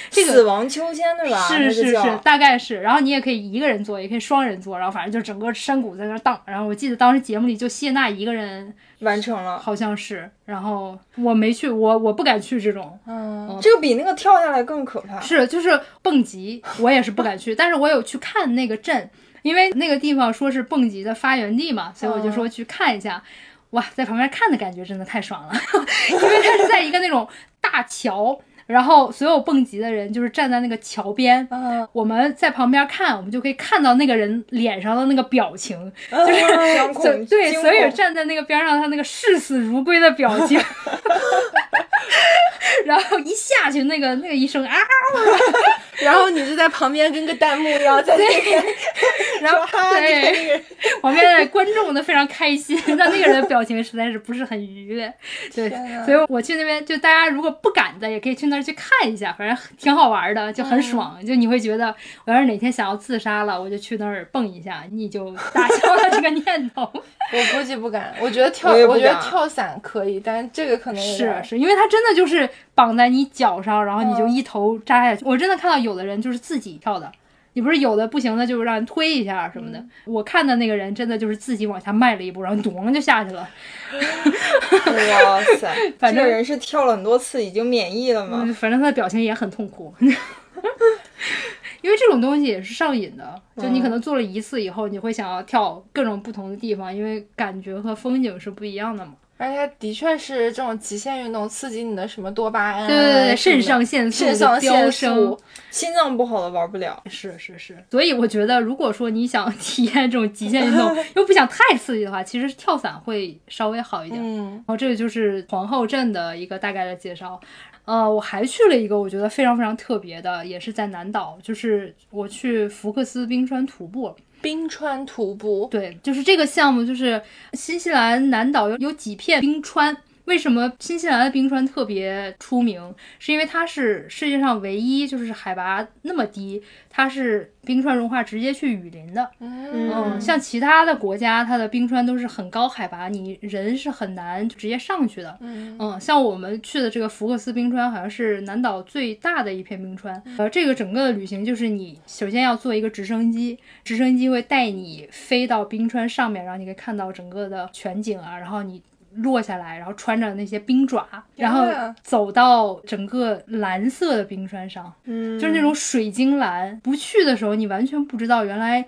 [SPEAKER 2] 这
[SPEAKER 4] 死
[SPEAKER 2] 个。
[SPEAKER 4] 亡秋千对吧？
[SPEAKER 2] 是
[SPEAKER 4] 那
[SPEAKER 2] 是
[SPEAKER 4] 个叫
[SPEAKER 2] 是，大概是，然后你也可以一个人坐，也可以双人坐，然后反正就整个山谷在那儿荡。然后我记得当时节目里就谢娜一个人，
[SPEAKER 4] 完成了。
[SPEAKER 2] 好像是，然后我没去，我我不敢去这种，
[SPEAKER 1] 嗯，
[SPEAKER 4] 这个比那个跳下来更可 怕。
[SPEAKER 2] 是，就是蹦极，我也是不敢去，但是我有去看那个镇，因为那个地方说是蹦极的发源地嘛，所以我就
[SPEAKER 4] 嗯
[SPEAKER 2] 说去看一下。哇，在旁边看的感觉真的太爽了， 因为它是在一个那种大桥，然后所有蹦极的人就是站在那个桥边。
[SPEAKER 1] 嗯，
[SPEAKER 2] 我们在旁边看，我们就可以看到那个人脸上的那个表情，
[SPEAKER 4] 就是
[SPEAKER 2] 所
[SPEAKER 4] 惊恐，
[SPEAKER 2] 对，
[SPEAKER 4] 啊惊
[SPEAKER 2] 所以
[SPEAKER 4] 恐
[SPEAKER 2] 站在那个边上，他那个视死如归的表 情， 然后一下去，那个那个一声啊，
[SPEAKER 1] 然后你就在旁边跟个弹幕一样在那边，
[SPEAKER 2] 然后 对，旁边的观众呢非常开心，但那个人的表情实在是不是很愉悦，对
[SPEAKER 1] 天哪，
[SPEAKER 2] 所以我去那边就大家如果不敢的也可以去那儿去看一下，反正挺好玩的，就
[SPEAKER 1] 嗯
[SPEAKER 2] 很爽，就你会觉得我要是哪天想要自杀了，我就去那儿蹦一下，你就打消了这个念 头。
[SPEAKER 1] 我估计不敢。我觉得跳，
[SPEAKER 4] 我也
[SPEAKER 1] 我
[SPEAKER 4] 不
[SPEAKER 1] 觉得
[SPEAKER 4] 敢
[SPEAKER 1] 跳伞可以，但这个可能有点
[SPEAKER 2] 是是，因为它真的就是绑在你脚上，然后你就
[SPEAKER 1] 嗯
[SPEAKER 2] 一头扎下去。我真的看到有的人就是自己跳的，你不是有的不行的，就让人推一下什么的。
[SPEAKER 1] 嗯
[SPEAKER 2] 我看的那个人真的就是自己往下迈了一步，然后咚就下去了。
[SPEAKER 4] 哇塞！
[SPEAKER 2] 反
[SPEAKER 4] 这
[SPEAKER 2] 正
[SPEAKER 4] 个人是跳了很多次，已经免疫了嘛。
[SPEAKER 2] 嗯，反正他的表情也很痛苦。 因为这种东西也是上瘾的，就你可能做了一次以后，你会想要跳各种不同的地方，因为感觉和风景是不一样的嘛。
[SPEAKER 1] 而且它的确是这种极限运动刺激你的什么多巴胺啊，
[SPEAKER 2] 对对对
[SPEAKER 1] 什么
[SPEAKER 2] 对，肾
[SPEAKER 1] 的
[SPEAKER 2] 上腺素
[SPEAKER 1] 肾上
[SPEAKER 2] 的飙
[SPEAKER 1] 腺
[SPEAKER 2] 升
[SPEAKER 1] 素，，
[SPEAKER 4] 心脏不好的玩不了。
[SPEAKER 2] 是是是，所以我觉得，如果说你想 体验这种极限运动，又不想太刺激的话，其实跳伞会稍微好一点。
[SPEAKER 1] 嗯，
[SPEAKER 2] 然后这个就是皇后镇的一个大概的介绍。呃，我还去了一个我觉得非常非常特别的，也是在南岛，就是我去福克斯冰川徒步。
[SPEAKER 1] 冰川徒步，
[SPEAKER 2] 对，就是这个项目，就是新西兰南岛有有几片冰川。为什么新西兰的冰川特别出名？是因为它是世界上唯一就是海拔那么低，它是冰川融化直接去雨林的。嗯，像其他的国家，它的冰川都是很高海拔，你人是很难就直接上去的。嗯像我们去的这个福克斯冰川，好像是南岛最大的一片冰川。呃，这个整个的旅行就是你首先要坐一个直升机，直升机会带你飞到冰川上面，然后你可以看到整个的全景啊，然后你。落下来，然后穿着那些冰爪，然后
[SPEAKER 4] 呀
[SPEAKER 2] 走到整个蓝色的冰川上，
[SPEAKER 4] 嗯
[SPEAKER 2] 就是那种水晶蓝。不去的时候，你完全不知道原来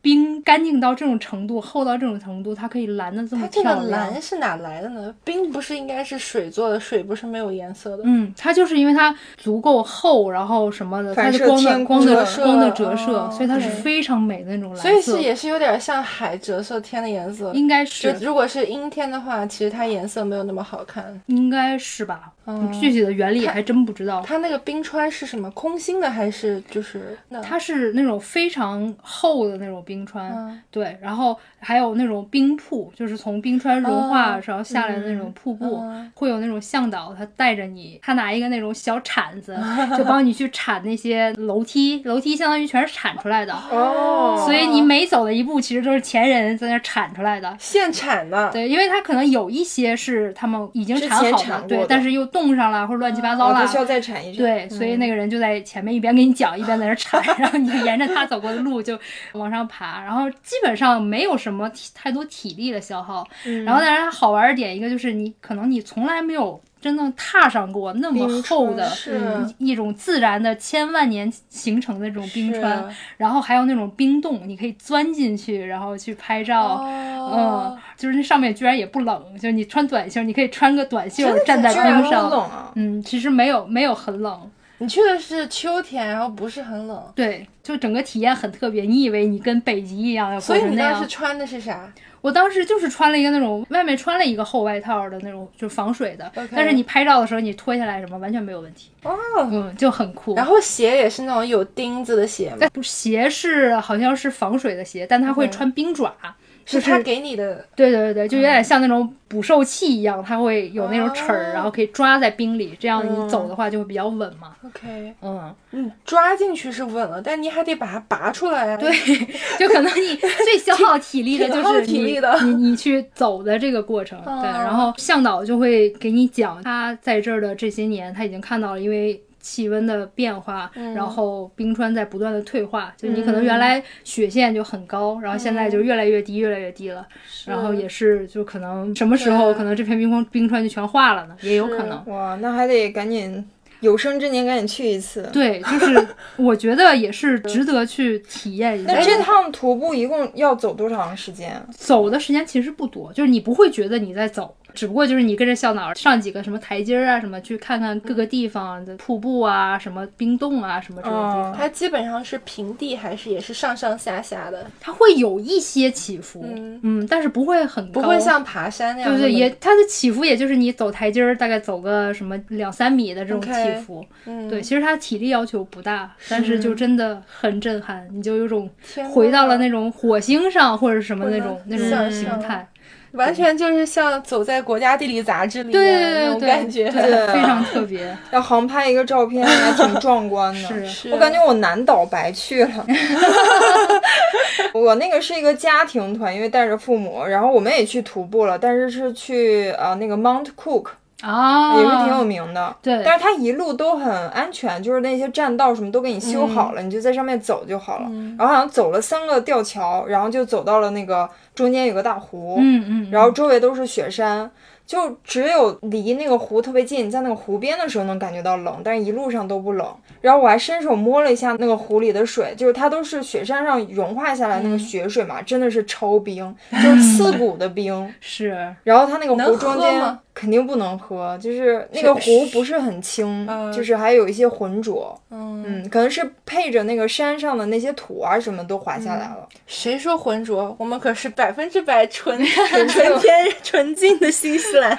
[SPEAKER 2] 冰干净到这种程度，厚到这种程度，它可以蓝的这么
[SPEAKER 1] 它这个
[SPEAKER 2] 嗯漂亮。
[SPEAKER 1] 蓝是哪来的呢？冰不是应该是水做的，水不是没有颜色的。
[SPEAKER 2] 嗯，它就是因为它足够厚，然后什么的，它
[SPEAKER 4] 反
[SPEAKER 2] 是
[SPEAKER 4] 射
[SPEAKER 2] 光的
[SPEAKER 4] 天
[SPEAKER 2] 光
[SPEAKER 1] 折
[SPEAKER 2] 的
[SPEAKER 1] 射
[SPEAKER 2] 光的
[SPEAKER 1] 了
[SPEAKER 2] 折射，
[SPEAKER 4] 哦
[SPEAKER 2] 所以它是
[SPEAKER 1] 对
[SPEAKER 2] 非常美的那嗯种蓝
[SPEAKER 1] 所以
[SPEAKER 2] 色，
[SPEAKER 1] 是也是有点像海折射天的颜色。
[SPEAKER 2] 应该
[SPEAKER 1] 就是如果是阴天的话，其实它颜色没有那么好看。
[SPEAKER 2] 应该是吧？
[SPEAKER 1] 嗯
[SPEAKER 2] 具体的原理还真不知道。
[SPEAKER 1] 它那个冰川是什么？空心的还是就是那？
[SPEAKER 2] 它是那种非常厚的那种冰川，
[SPEAKER 1] 嗯
[SPEAKER 2] 对，然后还有那种冰瀑，就是从冰川融化
[SPEAKER 1] 哦
[SPEAKER 2] 然后下来的那种瀑布，
[SPEAKER 1] 嗯
[SPEAKER 2] 会有那种向导，他带着你，他拿一个那种小铲 子，就帮你去铲那些楼梯，楼梯相当于全是铲出来的，
[SPEAKER 4] 哦，
[SPEAKER 2] 所以你每走的一步其实都是前人在那铲出来的。
[SPEAKER 1] 现产的。
[SPEAKER 2] 对，因为它可能有一些是他们已经
[SPEAKER 4] 之
[SPEAKER 2] 铲
[SPEAKER 4] 前
[SPEAKER 2] 好
[SPEAKER 4] 铲
[SPEAKER 2] 了，
[SPEAKER 4] 过
[SPEAKER 2] 对
[SPEAKER 4] 的，
[SPEAKER 2] 但是又冻上了或者乱七八糟
[SPEAKER 4] 哦
[SPEAKER 2] 了，
[SPEAKER 4] 它需要再铲一铲。
[SPEAKER 2] 对，所以那个人就在前面一边给你讲，一边在那铲，然后你就沿着他走过的路就往上爬，然后基本上没有什么体太多体力的消耗。
[SPEAKER 4] 嗯
[SPEAKER 2] 然后，当然好玩儿的点一个就是你可能你从来没有真正踏上过那么
[SPEAKER 4] 冰
[SPEAKER 2] 厚
[SPEAKER 4] 川
[SPEAKER 2] 的嗯
[SPEAKER 1] 是
[SPEAKER 2] 一种自然的千万年形成的这种冰
[SPEAKER 1] 是
[SPEAKER 2] 川，然后还有那种冰洞，你可以钻进去，然后去拍照。嗯
[SPEAKER 1] 哦，，
[SPEAKER 2] 就是那上面居然也不冷，就是你穿短袖，你可以穿个短袖站在
[SPEAKER 4] 居然
[SPEAKER 2] 冰
[SPEAKER 4] 不
[SPEAKER 2] 上。
[SPEAKER 4] 冷啊！
[SPEAKER 2] 嗯，其实没有没有很冷，
[SPEAKER 1] 你去的是秋天，然后不是很冷，
[SPEAKER 2] 对，就整个体验很特别。你以为你跟北极一样要过
[SPEAKER 1] 所以
[SPEAKER 2] 成
[SPEAKER 1] 你
[SPEAKER 2] 那
[SPEAKER 1] 当时
[SPEAKER 2] 样？
[SPEAKER 1] 穿的是啥？
[SPEAKER 2] 我当时就是穿了一个那种外面穿了一个厚外套的那种，就防水的。
[SPEAKER 1] OK
[SPEAKER 2] 但是你拍照的时候，你脱下来什么完全没有问题。哦，嗯，就很酷。
[SPEAKER 1] 然后鞋也是那种有钉子的鞋吗？
[SPEAKER 2] 但鞋是好像是防水的鞋，但它会穿冰爪。就是
[SPEAKER 1] 他给你的，
[SPEAKER 2] 对对对，就
[SPEAKER 1] 嗯
[SPEAKER 2] 有点像那种捕兽器一样，它会有那种齿
[SPEAKER 1] 哦
[SPEAKER 2] 儿，然后可以抓在冰里，这样
[SPEAKER 1] 嗯
[SPEAKER 2] 你走的话就会比较稳嘛。
[SPEAKER 1] OK，
[SPEAKER 2] 嗯，
[SPEAKER 1] 你抓进去是稳了，但你还得把它拔出来啊。对，
[SPEAKER 2] 就可能你最消耗体力的
[SPEAKER 1] 挺
[SPEAKER 2] 就是
[SPEAKER 1] 耗
[SPEAKER 2] 你
[SPEAKER 1] 体力的哦
[SPEAKER 2] 你你去走的这个过程，对，然后向导就会给你讲他在这儿的这些年，他已经看到了，因为。气温的变化，
[SPEAKER 1] 嗯
[SPEAKER 2] 然后冰川在不断的退化，就你可能原来雪线就很高，然后现在
[SPEAKER 1] 嗯
[SPEAKER 2] 就越来越低，越来越低了。然后也是，就可能什么时候
[SPEAKER 1] 对
[SPEAKER 2] 可能这片冰空冰川就全化了呢，也有可
[SPEAKER 1] 是
[SPEAKER 2] 能。
[SPEAKER 4] 哇，那还得赶紧有生之年赶紧去一次。
[SPEAKER 2] 对，就是我觉得也是值得去体验一下。
[SPEAKER 4] 那这趟徒步一共要走多长时间？啊
[SPEAKER 2] 走的时间其实不多，就是你不会觉得你在走，只不过就是你跟着向导上几个什么台阶儿啊，什么去看看各个地方的瀑布啊，什么冰洞啊，什么这种地方，
[SPEAKER 4] 哦
[SPEAKER 1] 它基本上是平地，还是也是上上下下的，
[SPEAKER 2] 它会有一些起伏，嗯
[SPEAKER 1] 嗯
[SPEAKER 2] 但是不会很
[SPEAKER 1] 不
[SPEAKER 2] 高，
[SPEAKER 1] 会像爬山那样
[SPEAKER 2] 对
[SPEAKER 1] 那么。
[SPEAKER 2] 对，也它的起伏也就是你走台阶儿大概走个什么两三米的这种
[SPEAKER 1] OK
[SPEAKER 2] 起伏
[SPEAKER 1] 嗯
[SPEAKER 2] 对，其实它体力要求不大，但是就真的很震撼，你就有种
[SPEAKER 1] 天
[SPEAKER 2] 回到了
[SPEAKER 1] 呐
[SPEAKER 2] 那种火星上或者什么那种
[SPEAKER 1] 我
[SPEAKER 2] 那
[SPEAKER 1] 能
[SPEAKER 2] 种
[SPEAKER 1] 想
[SPEAKER 2] 形
[SPEAKER 1] 象
[SPEAKER 2] 态。
[SPEAKER 1] 完全就是像走在《国家地理》杂志里
[SPEAKER 2] 对
[SPEAKER 1] 面
[SPEAKER 2] 对
[SPEAKER 1] 那
[SPEAKER 2] 对
[SPEAKER 1] 种
[SPEAKER 2] 对，
[SPEAKER 1] 感觉。
[SPEAKER 2] 对非常特别。
[SPEAKER 4] 要航拍一个照 片还挺壮观的。
[SPEAKER 2] 是
[SPEAKER 1] 是
[SPEAKER 4] 我感觉我南岛白去 了。我那个是一个家庭团，因为带着父母，然后我们也去徒步了，但是是去呃那个 Mount Cook，
[SPEAKER 2] 啊，
[SPEAKER 4] 也是挺有名的。
[SPEAKER 2] 对
[SPEAKER 4] 但是它一路都很安全，就是那些栈道什么都给你修好
[SPEAKER 2] 嗯
[SPEAKER 4] 了，你就在上面走就好了。然后好像走了三个吊桥，然后就走到了那个中间有个大湖，
[SPEAKER 2] 嗯嗯，
[SPEAKER 4] 然后周围都是雪山，就只有离那个湖特别近，在那个湖边的时候能感觉到冷，但是一路上都不冷。然后我还伸手摸了一下那个湖里的水，就是它都是雪山上融化下来那
[SPEAKER 1] 嗯
[SPEAKER 4] 个雪水嘛，真的是超冰，就是刺骨 的冰。
[SPEAKER 2] 是
[SPEAKER 4] 然后它那个湖
[SPEAKER 1] 能
[SPEAKER 4] 中
[SPEAKER 1] 喝
[SPEAKER 4] 间
[SPEAKER 1] 吗
[SPEAKER 4] 肯定不能喝，就是那个湖不是很清，就是还有一些浑浊，
[SPEAKER 1] 嗯，
[SPEAKER 4] 嗯，可能是配着那个山上的那些土啊什么都滑
[SPEAKER 1] 嗯
[SPEAKER 4] 下来了。
[SPEAKER 1] 谁说浑浊？我们可是百分之百 纯纯天 纯净的新西兰。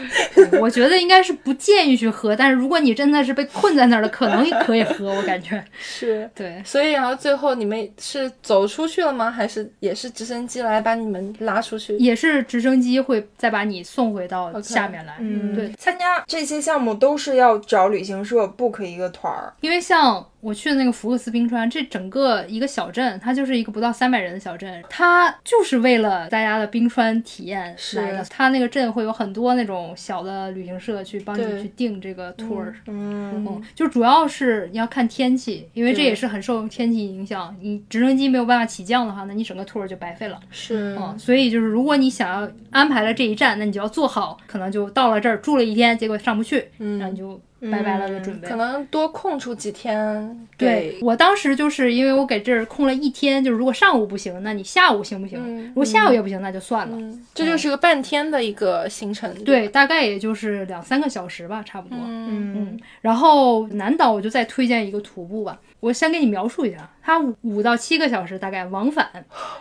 [SPEAKER 2] 我觉得应该是不建议去喝，但是如果你真的是被困在那儿了，可能可以喝，我感觉
[SPEAKER 1] 是，
[SPEAKER 2] 对。
[SPEAKER 1] 所以然后最后你们是走出去了吗？还是也是直升机来把你们拉出去？
[SPEAKER 2] 也是直升机会再把你送回到
[SPEAKER 1] OK
[SPEAKER 2] 下面来嗯，对，
[SPEAKER 4] 参加这些项目都是要找旅行社 book 一个团儿，
[SPEAKER 2] 因为像我去的那个福克斯冰川，这整个一个小镇，它就是一个不到三百人的小镇，它就是为了大家的冰川体验来的。它那个镇会有很多那种小的旅行社去帮
[SPEAKER 1] 对
[SPEAKER 2] 你去定这个 tour，
[SPEAKER 4] 嗯，
[SPEAKER 2] 嗯，就主要是你要看天气，因为这也是很受天气影响。你直升机没有办法起降的话，那你整个 tour 就白费了。
[SPEAKER 1] 是
[SPEAKER 2] 嗯，所以就是如果你想要安排了这一站，那你就要做好，可能就到了这儿住了一天，结果上不去，嗯，然后你就拜拜了的准备。
[SPEAKER 1] 可能多空出几天
[SPEAKER 2] 对
[SPEAKER 1] 给，
[SPEAKER 2] 我当时就是因为我给这儿空了一天，就是如果上午不行，那你下午行不行？
[SPEAKER 1] 嗯
[SPEAKER 2] 如果下午也不行，那就算了。
[SPEAKER 1] 这就是个半天的一个行程。
[SPEAKER 2] 嗯对，大概也就是两三个小时吧，差不多。
[SPEAKER 1] 嗯，
[SPEAKER 2] 嗯，然后南岛我就再推荐一个徒步吧，我先给你描述一下，它五五到七个小时大概往返，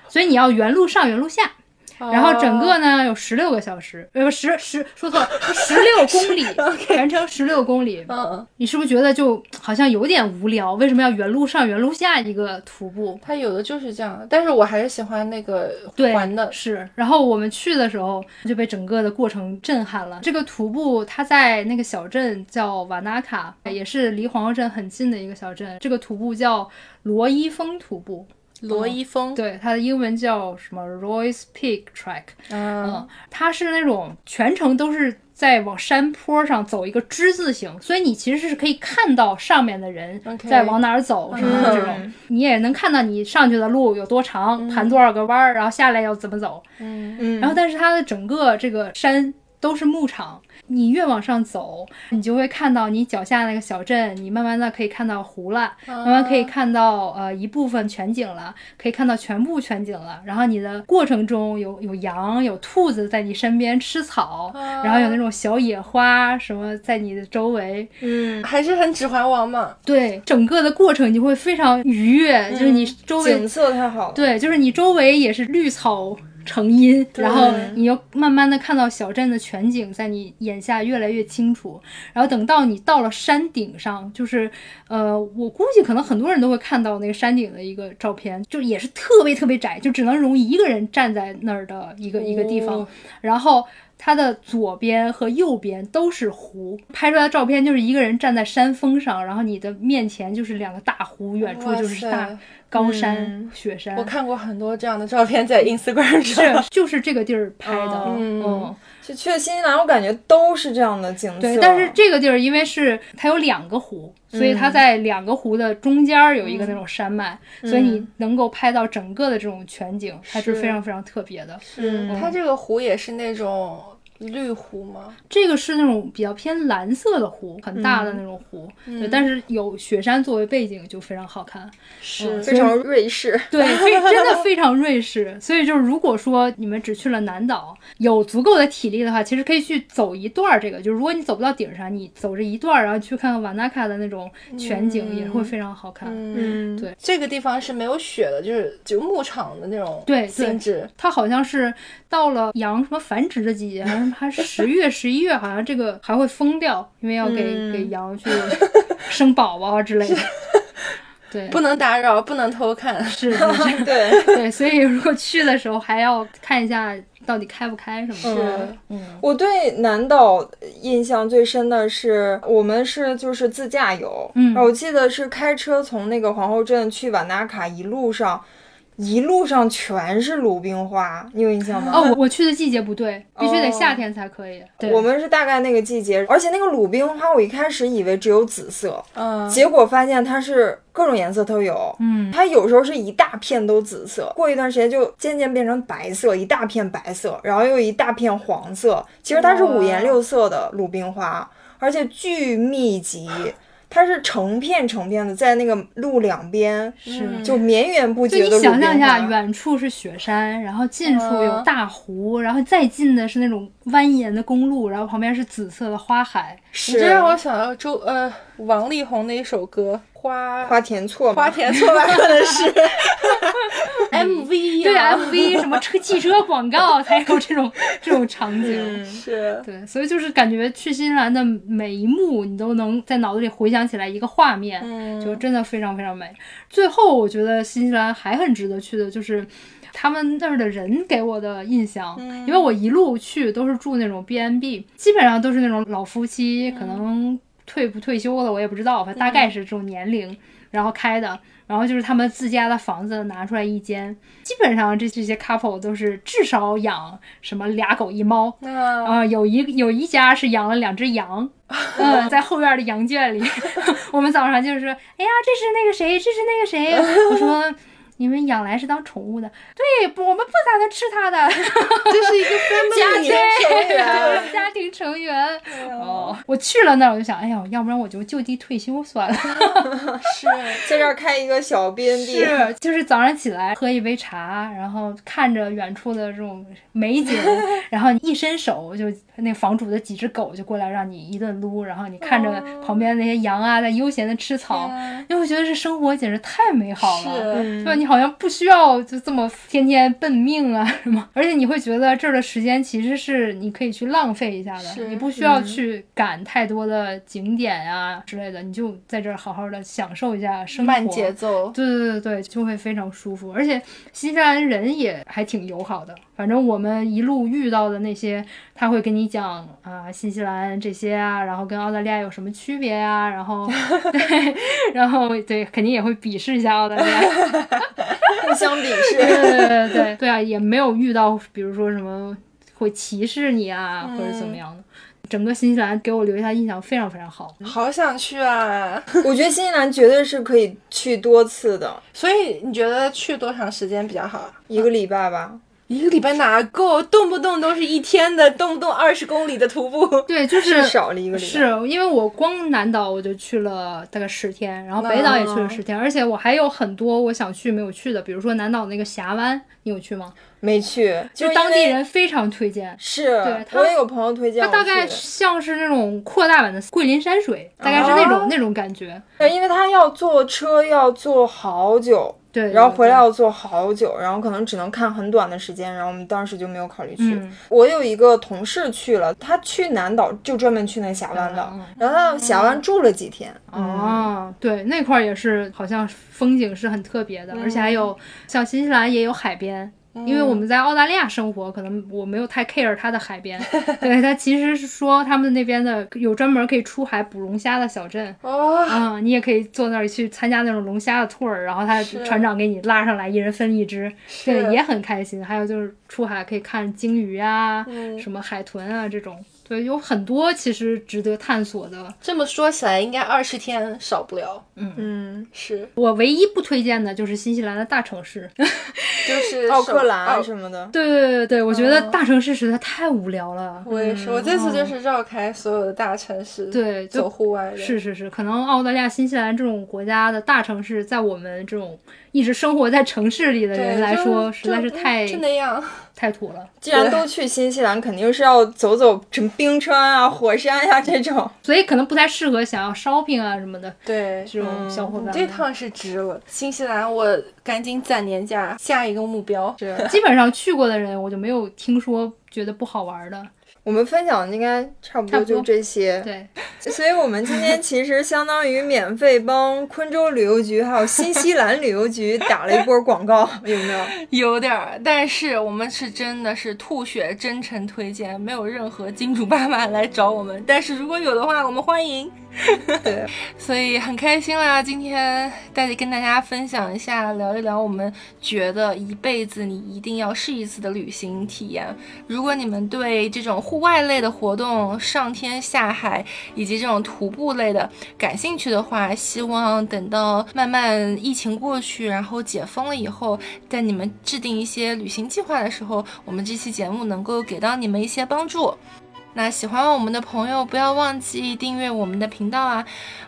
[SPEAKER 2] 所以你要原路上原路下，然后整个呢有十六个小时，呃不十十说错了，十六公里全程十六公里，
[SPEAKER 1] 嗯，
[SPEAKER 2] 你是不是觉得就好像有点无聊？为什么要原路上原路下一个徒步？
[SPEAKER 1] 它有的就是这样，但是我还是喜欢那个
[SPEAKER 2] 对，
[SPEAKER 1] 环的，
[SPEAKER 2] 是。然后我们去的时候就被整个的过程震撼了。这个徒步它在那个小镇叫瓦纳卡，也是离皇后镇很近的一个小镇。这个徒步叫罗伊峰徒步，
[SPEAKER 1] 罗伊峰。
[SPEAKER 2] 对，它的英文叫什么 Royce Peak Track。
[SPEAKER 1] 嗯，
[SPEAKER 2] 嗯，它是那种全程都是在往山坡上走一个之字形，所以你其实是可以看到上面的人
[SPEAKER 1] OK 嗯
[SPEAKER 2] 在往哪儿走什么的这种，你也能看到你上去的路有多长，盘多少个弯儿，然后下来要怎么走。
[SPEAKER 4] 嗯，
[SPEAKER 2] 然后但是它的整个这个山都是牧场，你越往上走，你就会看到你脚下那个小镇，你慢慢的可以看到湖了，慢慢
[SPEAKER 4] 哦
[SPEAKER 2] 可以看到呃一部分全景了，可以看到全部全景了。然后你的过程中有有羊、有兔子在你身边吃草，
[SPEAKER 4] 哦
[SPEAKER 2] 然后有那种小野花什么在你的周围，
[SPEAKER 4] 嗯
[SPEAKER 1] 还是很《指环王》嘛。
[SPEAKER 2] 对整个的过程你就会非常愉悦，就是你周围
[SPEAKER 4] 嗯景色太好
[SPEAKER 2] 嗯
[SPEAKER 4] 了，
[SPEAKER 2] 对，就是你周围也是绿草成荫，然后你又慢慢的看到小镇的全景在你眼下越来越清楚，然后等到你到了山顶上，就是呃，我估计可能很多人都会看到那个山顶的一个照片，就也是特别特别窄，就只能容一个人站在那儿的一个一个地方
[SPEAKER 1] 哦，
[SPEAKER 2] 然后。它的左边和右边都是湖，拍出来的照片就是一个人站在山峰上，然后你的面前就是两个大湖，远处
[SPEAKER 1] 哇
[SPEAKER 2] 就是
[SPEAKER 1] 塞
[SPEAKER 2] 大高山、
[SPEAKER 4] 嗯
[SPEAKER 2] 雪山。
[SPEAKER 1] 我看过很多这样的照片在 Instagram 上。嗯
[SPEAKER 2] 是嗯就是这个地儿拍的，
[SPEAKER 4] 哦
[SPEAKER 2] 嗯。
[SPEAKER 4] 就去了新西兰，我感觉都是这样的景色，
[SPEAKER 2] 对，但是这个地儿因为是它有两个湖，所以它在两个湖的中间儿有一个那种山脉，所以你能够拍到整个的这种全景，还是非常非常特别的。
[SPEAKER 1] 嗯，它这个湖也是那种绿湖吗？
[SPEAKER 2] 这个是那种比较偏蓝色的湖，很大的那种湖，对，但是有雪山作为背景就非常好看。嗯
[SPEAKER 1] 是
[SPEAKER 4] 嗯非常瑞士，
[SPEAKER 2] 对，非真的非常瑞士。所以就是，如果说你们只去了南岛，有足够的体力的话，其实可以去走一段儿这个。就是如果你走不到顶上，你走这一段儿，然后去看看瓦纳卡的那种全景，也会非常好看。
[SPEAKER 4] 嗯
[SPEAKER 2] 对
[SPEAKER 1] 这个地方是没有雪的，就是就牧场的那种
[SPEAKER 2] 对对
[SPEAKER 1] 性质。
[SPEAKER 2] 它好像是到了羊什么繁殖的季节，还是它十月、十一月，好像这个还会疯掉，因为要给、给羊去生宝宝啊之类的。对，
[SPEAKER 1] 不能打扰，不能偷看。
[SPEAKER 2] 是是是
[SPEAKER 4] 对，
[SPEAKER 2] 对，所以如果去的时候还要看一下到底开不开什么的。
[SPEAKER 4] 嗯，我对南岛印象最深的是，我们是就是自驾游，
[SPEAKER 2] 嗯
[SPEAKER 4] 我记得是开车从那个皇后镇去瓦纳卡，一路上一路上全是鲁冰花，你有印象吗？
[SPEAKER 2] 哦，我我去的季节不对，必须得
[SPEAKER 4] 哦
[SPEAKER 2] 夏天才可以。对，
[SPEAKER 4] 我们是大概那个季节，而且那个鲁冰花，我一开始以为只有紫色，
[SPEAKER 1] 嗯，
[SPEAKER 4] 结果发现它是各种颜色都有。
[SPEAKER 2] 嗯，
[SPEAKER 4] 它有时候是一大片都紫色，过一段时间就渐渐变成白色，一大片白色，然后又一大片黄色。其实它是五颜六色的鲁冰花，而且巨密集，它是成片成片的在那个路两边，
[SPEAKER 2] 是。
[SPEAKER 4] 就绵延不
[SPEAKER 2] 嗯就
[SPEAKER 4] 绝
[SPEAKER 2] 你
[SPEAKER 4] 的鲁冰
[SPEAKER 2] 想象一下，
[SPEAKER 4] 花。
[SPEAKER 2] 远处是雪山，然后近处有
[SPEAKER 1] 嗯
[SPEAKER 2] 大湖，然后再近的是那种蜿蜒的公路，然后旁边是紫色的花海。
[SPEAKER 1] 你这让
[SPEAKER 4] 是
[SPEAKER 1] 我想到周呃王力宏那一首歌《花
[SPEAKER 4] 花田错吗
[SPEAKER 1] 花田错吧》，可能是 MV
[SPEAKER 2] 对 MV 什么车汽车广告才有这种这种场
[SPEAKER 4] 嗯
[SPEAKER 2] 景。
[SPEAKER 1] 是
[SPEAKER 2] 对，所以就是感觉去新西兰的每一幕，你都能在脑子里回想起来一个画面，就真的非常非常美。最后，我觉得新西兰还很值得去的就是。他们那儿的人给我的印象，因为我一路去都是住那种 B N B，基本上都是那种老夫妻，可能退不退休了我也不知道，反正大概是这种年龄，然后开的。然后就是他们自家的房子拿出来一间，基本上这这些 couple 都是至少养什么俩狗一猫，
[SPEAKER 1] 那
[SPEAKER 2] 啊、有一有一家是养了两只羊，嗯，在后院的羊圈里， 我们早上就是说，哎呀，这是那个谁，这是那个谁，我说。你们养来是当宠物的，对，不，我们不打算吃它的，
[SPEAKER 1] 这是一个 family
[SPEAKER 4] 成员
[SPEAKER 2] 对，家庭成员。哦，我去了那儿，我就想，哎呦，要不然我就就地退休算了。
[SPEAKER 1] 是
[SPEAKER 4] 在这儿开一个小 B N B，
[SPEAKER 2] 是，就是早上起来喝一杯茶，然后看着远处的这种美 景，然后你一伸手就那房主的几只狗就过来让你一顿撸，然后你看着
[SPEAKER 1] 哦
[SPEAKER 2] 旁边那些羊啊在悠闲的吃草，你会觉得这生活简直太美好
[SPEAKER 1] 啊
[SPEAKER 2] 了。
[SPEAKER 1] 嗯是，
[SPEAKER 2] 对吧？你好像不需要就这么天天奔命啊什么，而且你会觉得这儿的时间其实是你可以去浪费一下的，
[SPEAKER 1] 是嗯
[SPEAKER 2] 你不需要去赶太多的景点啊之类的，你就在这儿好好的享受一下生活。
[SPEAKER 1] 慢节奏，
[SPEAKER 2] 对对对对，就会非常舒服，而且新西兰人也还挺友好的。反正我们一路遇到的那些，他会跟你讲啊、新西兰这些啊，然后跟澳大利亚有什么区别啊，然 后对，然后对，肯定也会鄙视一下澳大利亚。
[SPEAKER 4] 互相鄙
[SPEAKER 2] 对
[SPEAKER 4] 视。
[SPEAKER 2] 对对对对啊，也没有遇到比如说什么会歧视你啊，或者
[SPEAKER 4] 嗯
[SPEAKER 2] 怎么样的。整个新西兰给我留下印象非常非常好。
[SPEAKER 1] 好想去啊！
[SPEAKER 4] 我觉得新西兰绝对是可以去多次的，
[SPEAKER 1] 所以你觉得去多长时间比较好啊？
[SPEAKER 4] 一个礼拜吧。
[SPEAKER 1] 一个礼拜哪够？动不动都是一天的，动不动二十公里的徒步。
[SPEAKER 2] 对，就是
[SPEAKER 4] 至少了一个礼拜。
[SPEAKER 2] 是因为我光南岛我就去了大概十天，然后北岛也去
[SPEAKER 4] 嗯
[SPEAKER 2] 了十天，而且我还有很多我想去没有去的，比如说南岛那个峡湾，你有去吗？
[SPEAKER 4] 没去，就
[SPEAKER 2] 就当地人非常推荐。
[SPEAKER 4] 是
[SPEAKER 2] 对，他
[SPEAKER 4] 我也有朋友推荐
[SPEAKER 2] 它
[SPEAKER 4] 我去的。
[SPEAKER 2] 大概像是那种扩大版的桂林山水，大概是那
[SPEAKER 4] 哦
[SPEAKER 2] 种、那种感觉。
[SPEAKER 4] 对，因为他要坐车要坐好久，
[SPEAKER 2] 对，
[SPEAKER 4] 然后
[SPEAKER 2] 对
[SPEAKER 4] 回来
[SPEAKER 2] 对
[SPEAKER 4] 要坐好久，然后可能只能看很短的时间，然后我们当时就没有考虑去。
[SPEAKER 2] 嗯
[SPEAKER 4] 我有一个同事去了，他去南岛就专门去那峡湾的，
[SPEAKER 2] 嗯
[SPEAKER 4] 然后他到峡湾住了几天。
[SPEAKER 2] 哦，对，那块儿也是，好像风景是很特别的，而且还有像新西兰也有海边。因为我们在澳大利亚生活，可能我没有太 care 它的海边。对，它其实是说他们那边的有专门可以出海捕龙虾的小镇，
[SPEAKER 1] 哦，
[SPEAKER 2] 啊、你也可以坐那儿去参加那种龙虾的 tour，然后他船长给你拉上来，一人分一只，对，也很开心。还有就是出海可以看鲸鱼啊，什么海豚啊这种，对，有很多其实值得探索的。
[SPEAKER 1] 这么说起来，应该二十天少不了。
[SPEAKER 4] 嗯，
[SPEAKER 1] 是，
[SPEAKER 2] 我唯一不推荐的就是新西兰的大城市，
[SPEAKER 1] 就是
[SPEAKER 4] 奥克兰
[SPEAKER 1] 哦
[SPEAKER 4] 什么的，
[SPEAKER 2] 对对对对，我觉得大城市实在太无聊了。
[SPEAKER 1] 我也是，我这次就是绕开所有的大城市，
[SPEAKER 2] 嗯哦对就
[SPEAKER 1] 走户外的，
[SPEAKER 2] 是是是，可能澳大利亚、新西兰这种国家的大城市，在我们这种一直生活在城市里的
[SPEAKER 1] 对
[SPEAKER 2] 人来
[SPEAKER 1] 就
[SPEAKER 2] 说，
[SPEAKER 1] 就
[SPEAKER 2] 实在是
[SPEAKER 1] 嗯
[SPEAKER 2] 太
[SPEAKER 1] 就那 样。
[SPEAKER 2] 太土了。
[SPEAKER 4] 既然都去新西兰，肯定是要走走什么冰川啊、火山呀、这种。
[SPEAKER 2] 所以可能不太适合想要 shopping 啊什么的
[SPEAKER 1] 对，
[SPEAKER 2] 这种小伙伴们。
[SPEAKER 1] 这趟是值了。新西兰，我赶紧攒年假，下一个目标。是，
[SPEAKER 2] 基本上去过的人，我就没有听说觉得不好玩的。
[SPEAKER 4] 我们分享的应该差不
[SPEAKER 2] 差
[SPEAKER 4] 多
[SPEAKER 2] 不多
[SPEAKER 4] 就这些。
[SPEAKER 2] 对，
[SPEAKER 4] 所以我们今天其实相当于免费帮昆州旅游局还有新西兰旅游局打了一波广告，有没有？
[SPEAKER 1] 有点儿，但是我们是真的是吐血真诚推荐，没有任何金主爸爸来找我们，但是如果有的话，我们欢迎。
[SPEAKER 4] 对，
[SPEAKER 1] 所以很开心啦，今天大家跟大家分享一下，聊一聊我们觉得一辈子你一定要试一次的旅行体验。如果你们对这种户外类的活动、上天下海以及这种徒步类的感兴趣的话，希望等到慢慢疫情过去，然后解封了以后，在你们制定一些旅行计划的时候，我们这期节目能够给到你们一些帮助。那喜欢我们的朋友，不要忘记订阅我们的频道啊！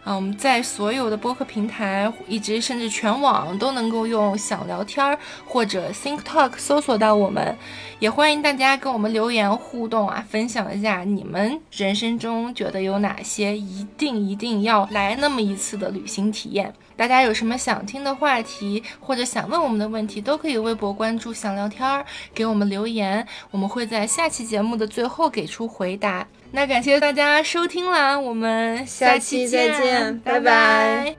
[SPEAKER 1] 嗯，在所有的播客平台，以及甚至全网都能够用“想聊天儿”或者 Think Talk 搜索到我们。也欢迎大家跟我们留言互动啊，分享一下你们人生中觉得有哪些一定一定要来那么一次的旅行体验。大家有什么想听的话题或者想问我们的问题，都可以微博关注“想聊天儿”，给我们留言，我们会在下期节目的最后给出回答。那感谢大家收听啦，我们
[SPEAKER 4] 下
[SPEAKER 1] 期
[SPEAKER 4] 期再
[SPEAKER 1] 见
[SPEAKER 4] 见，
[SPEAKER 1] 拜
[SPEAKER 4] 拜拜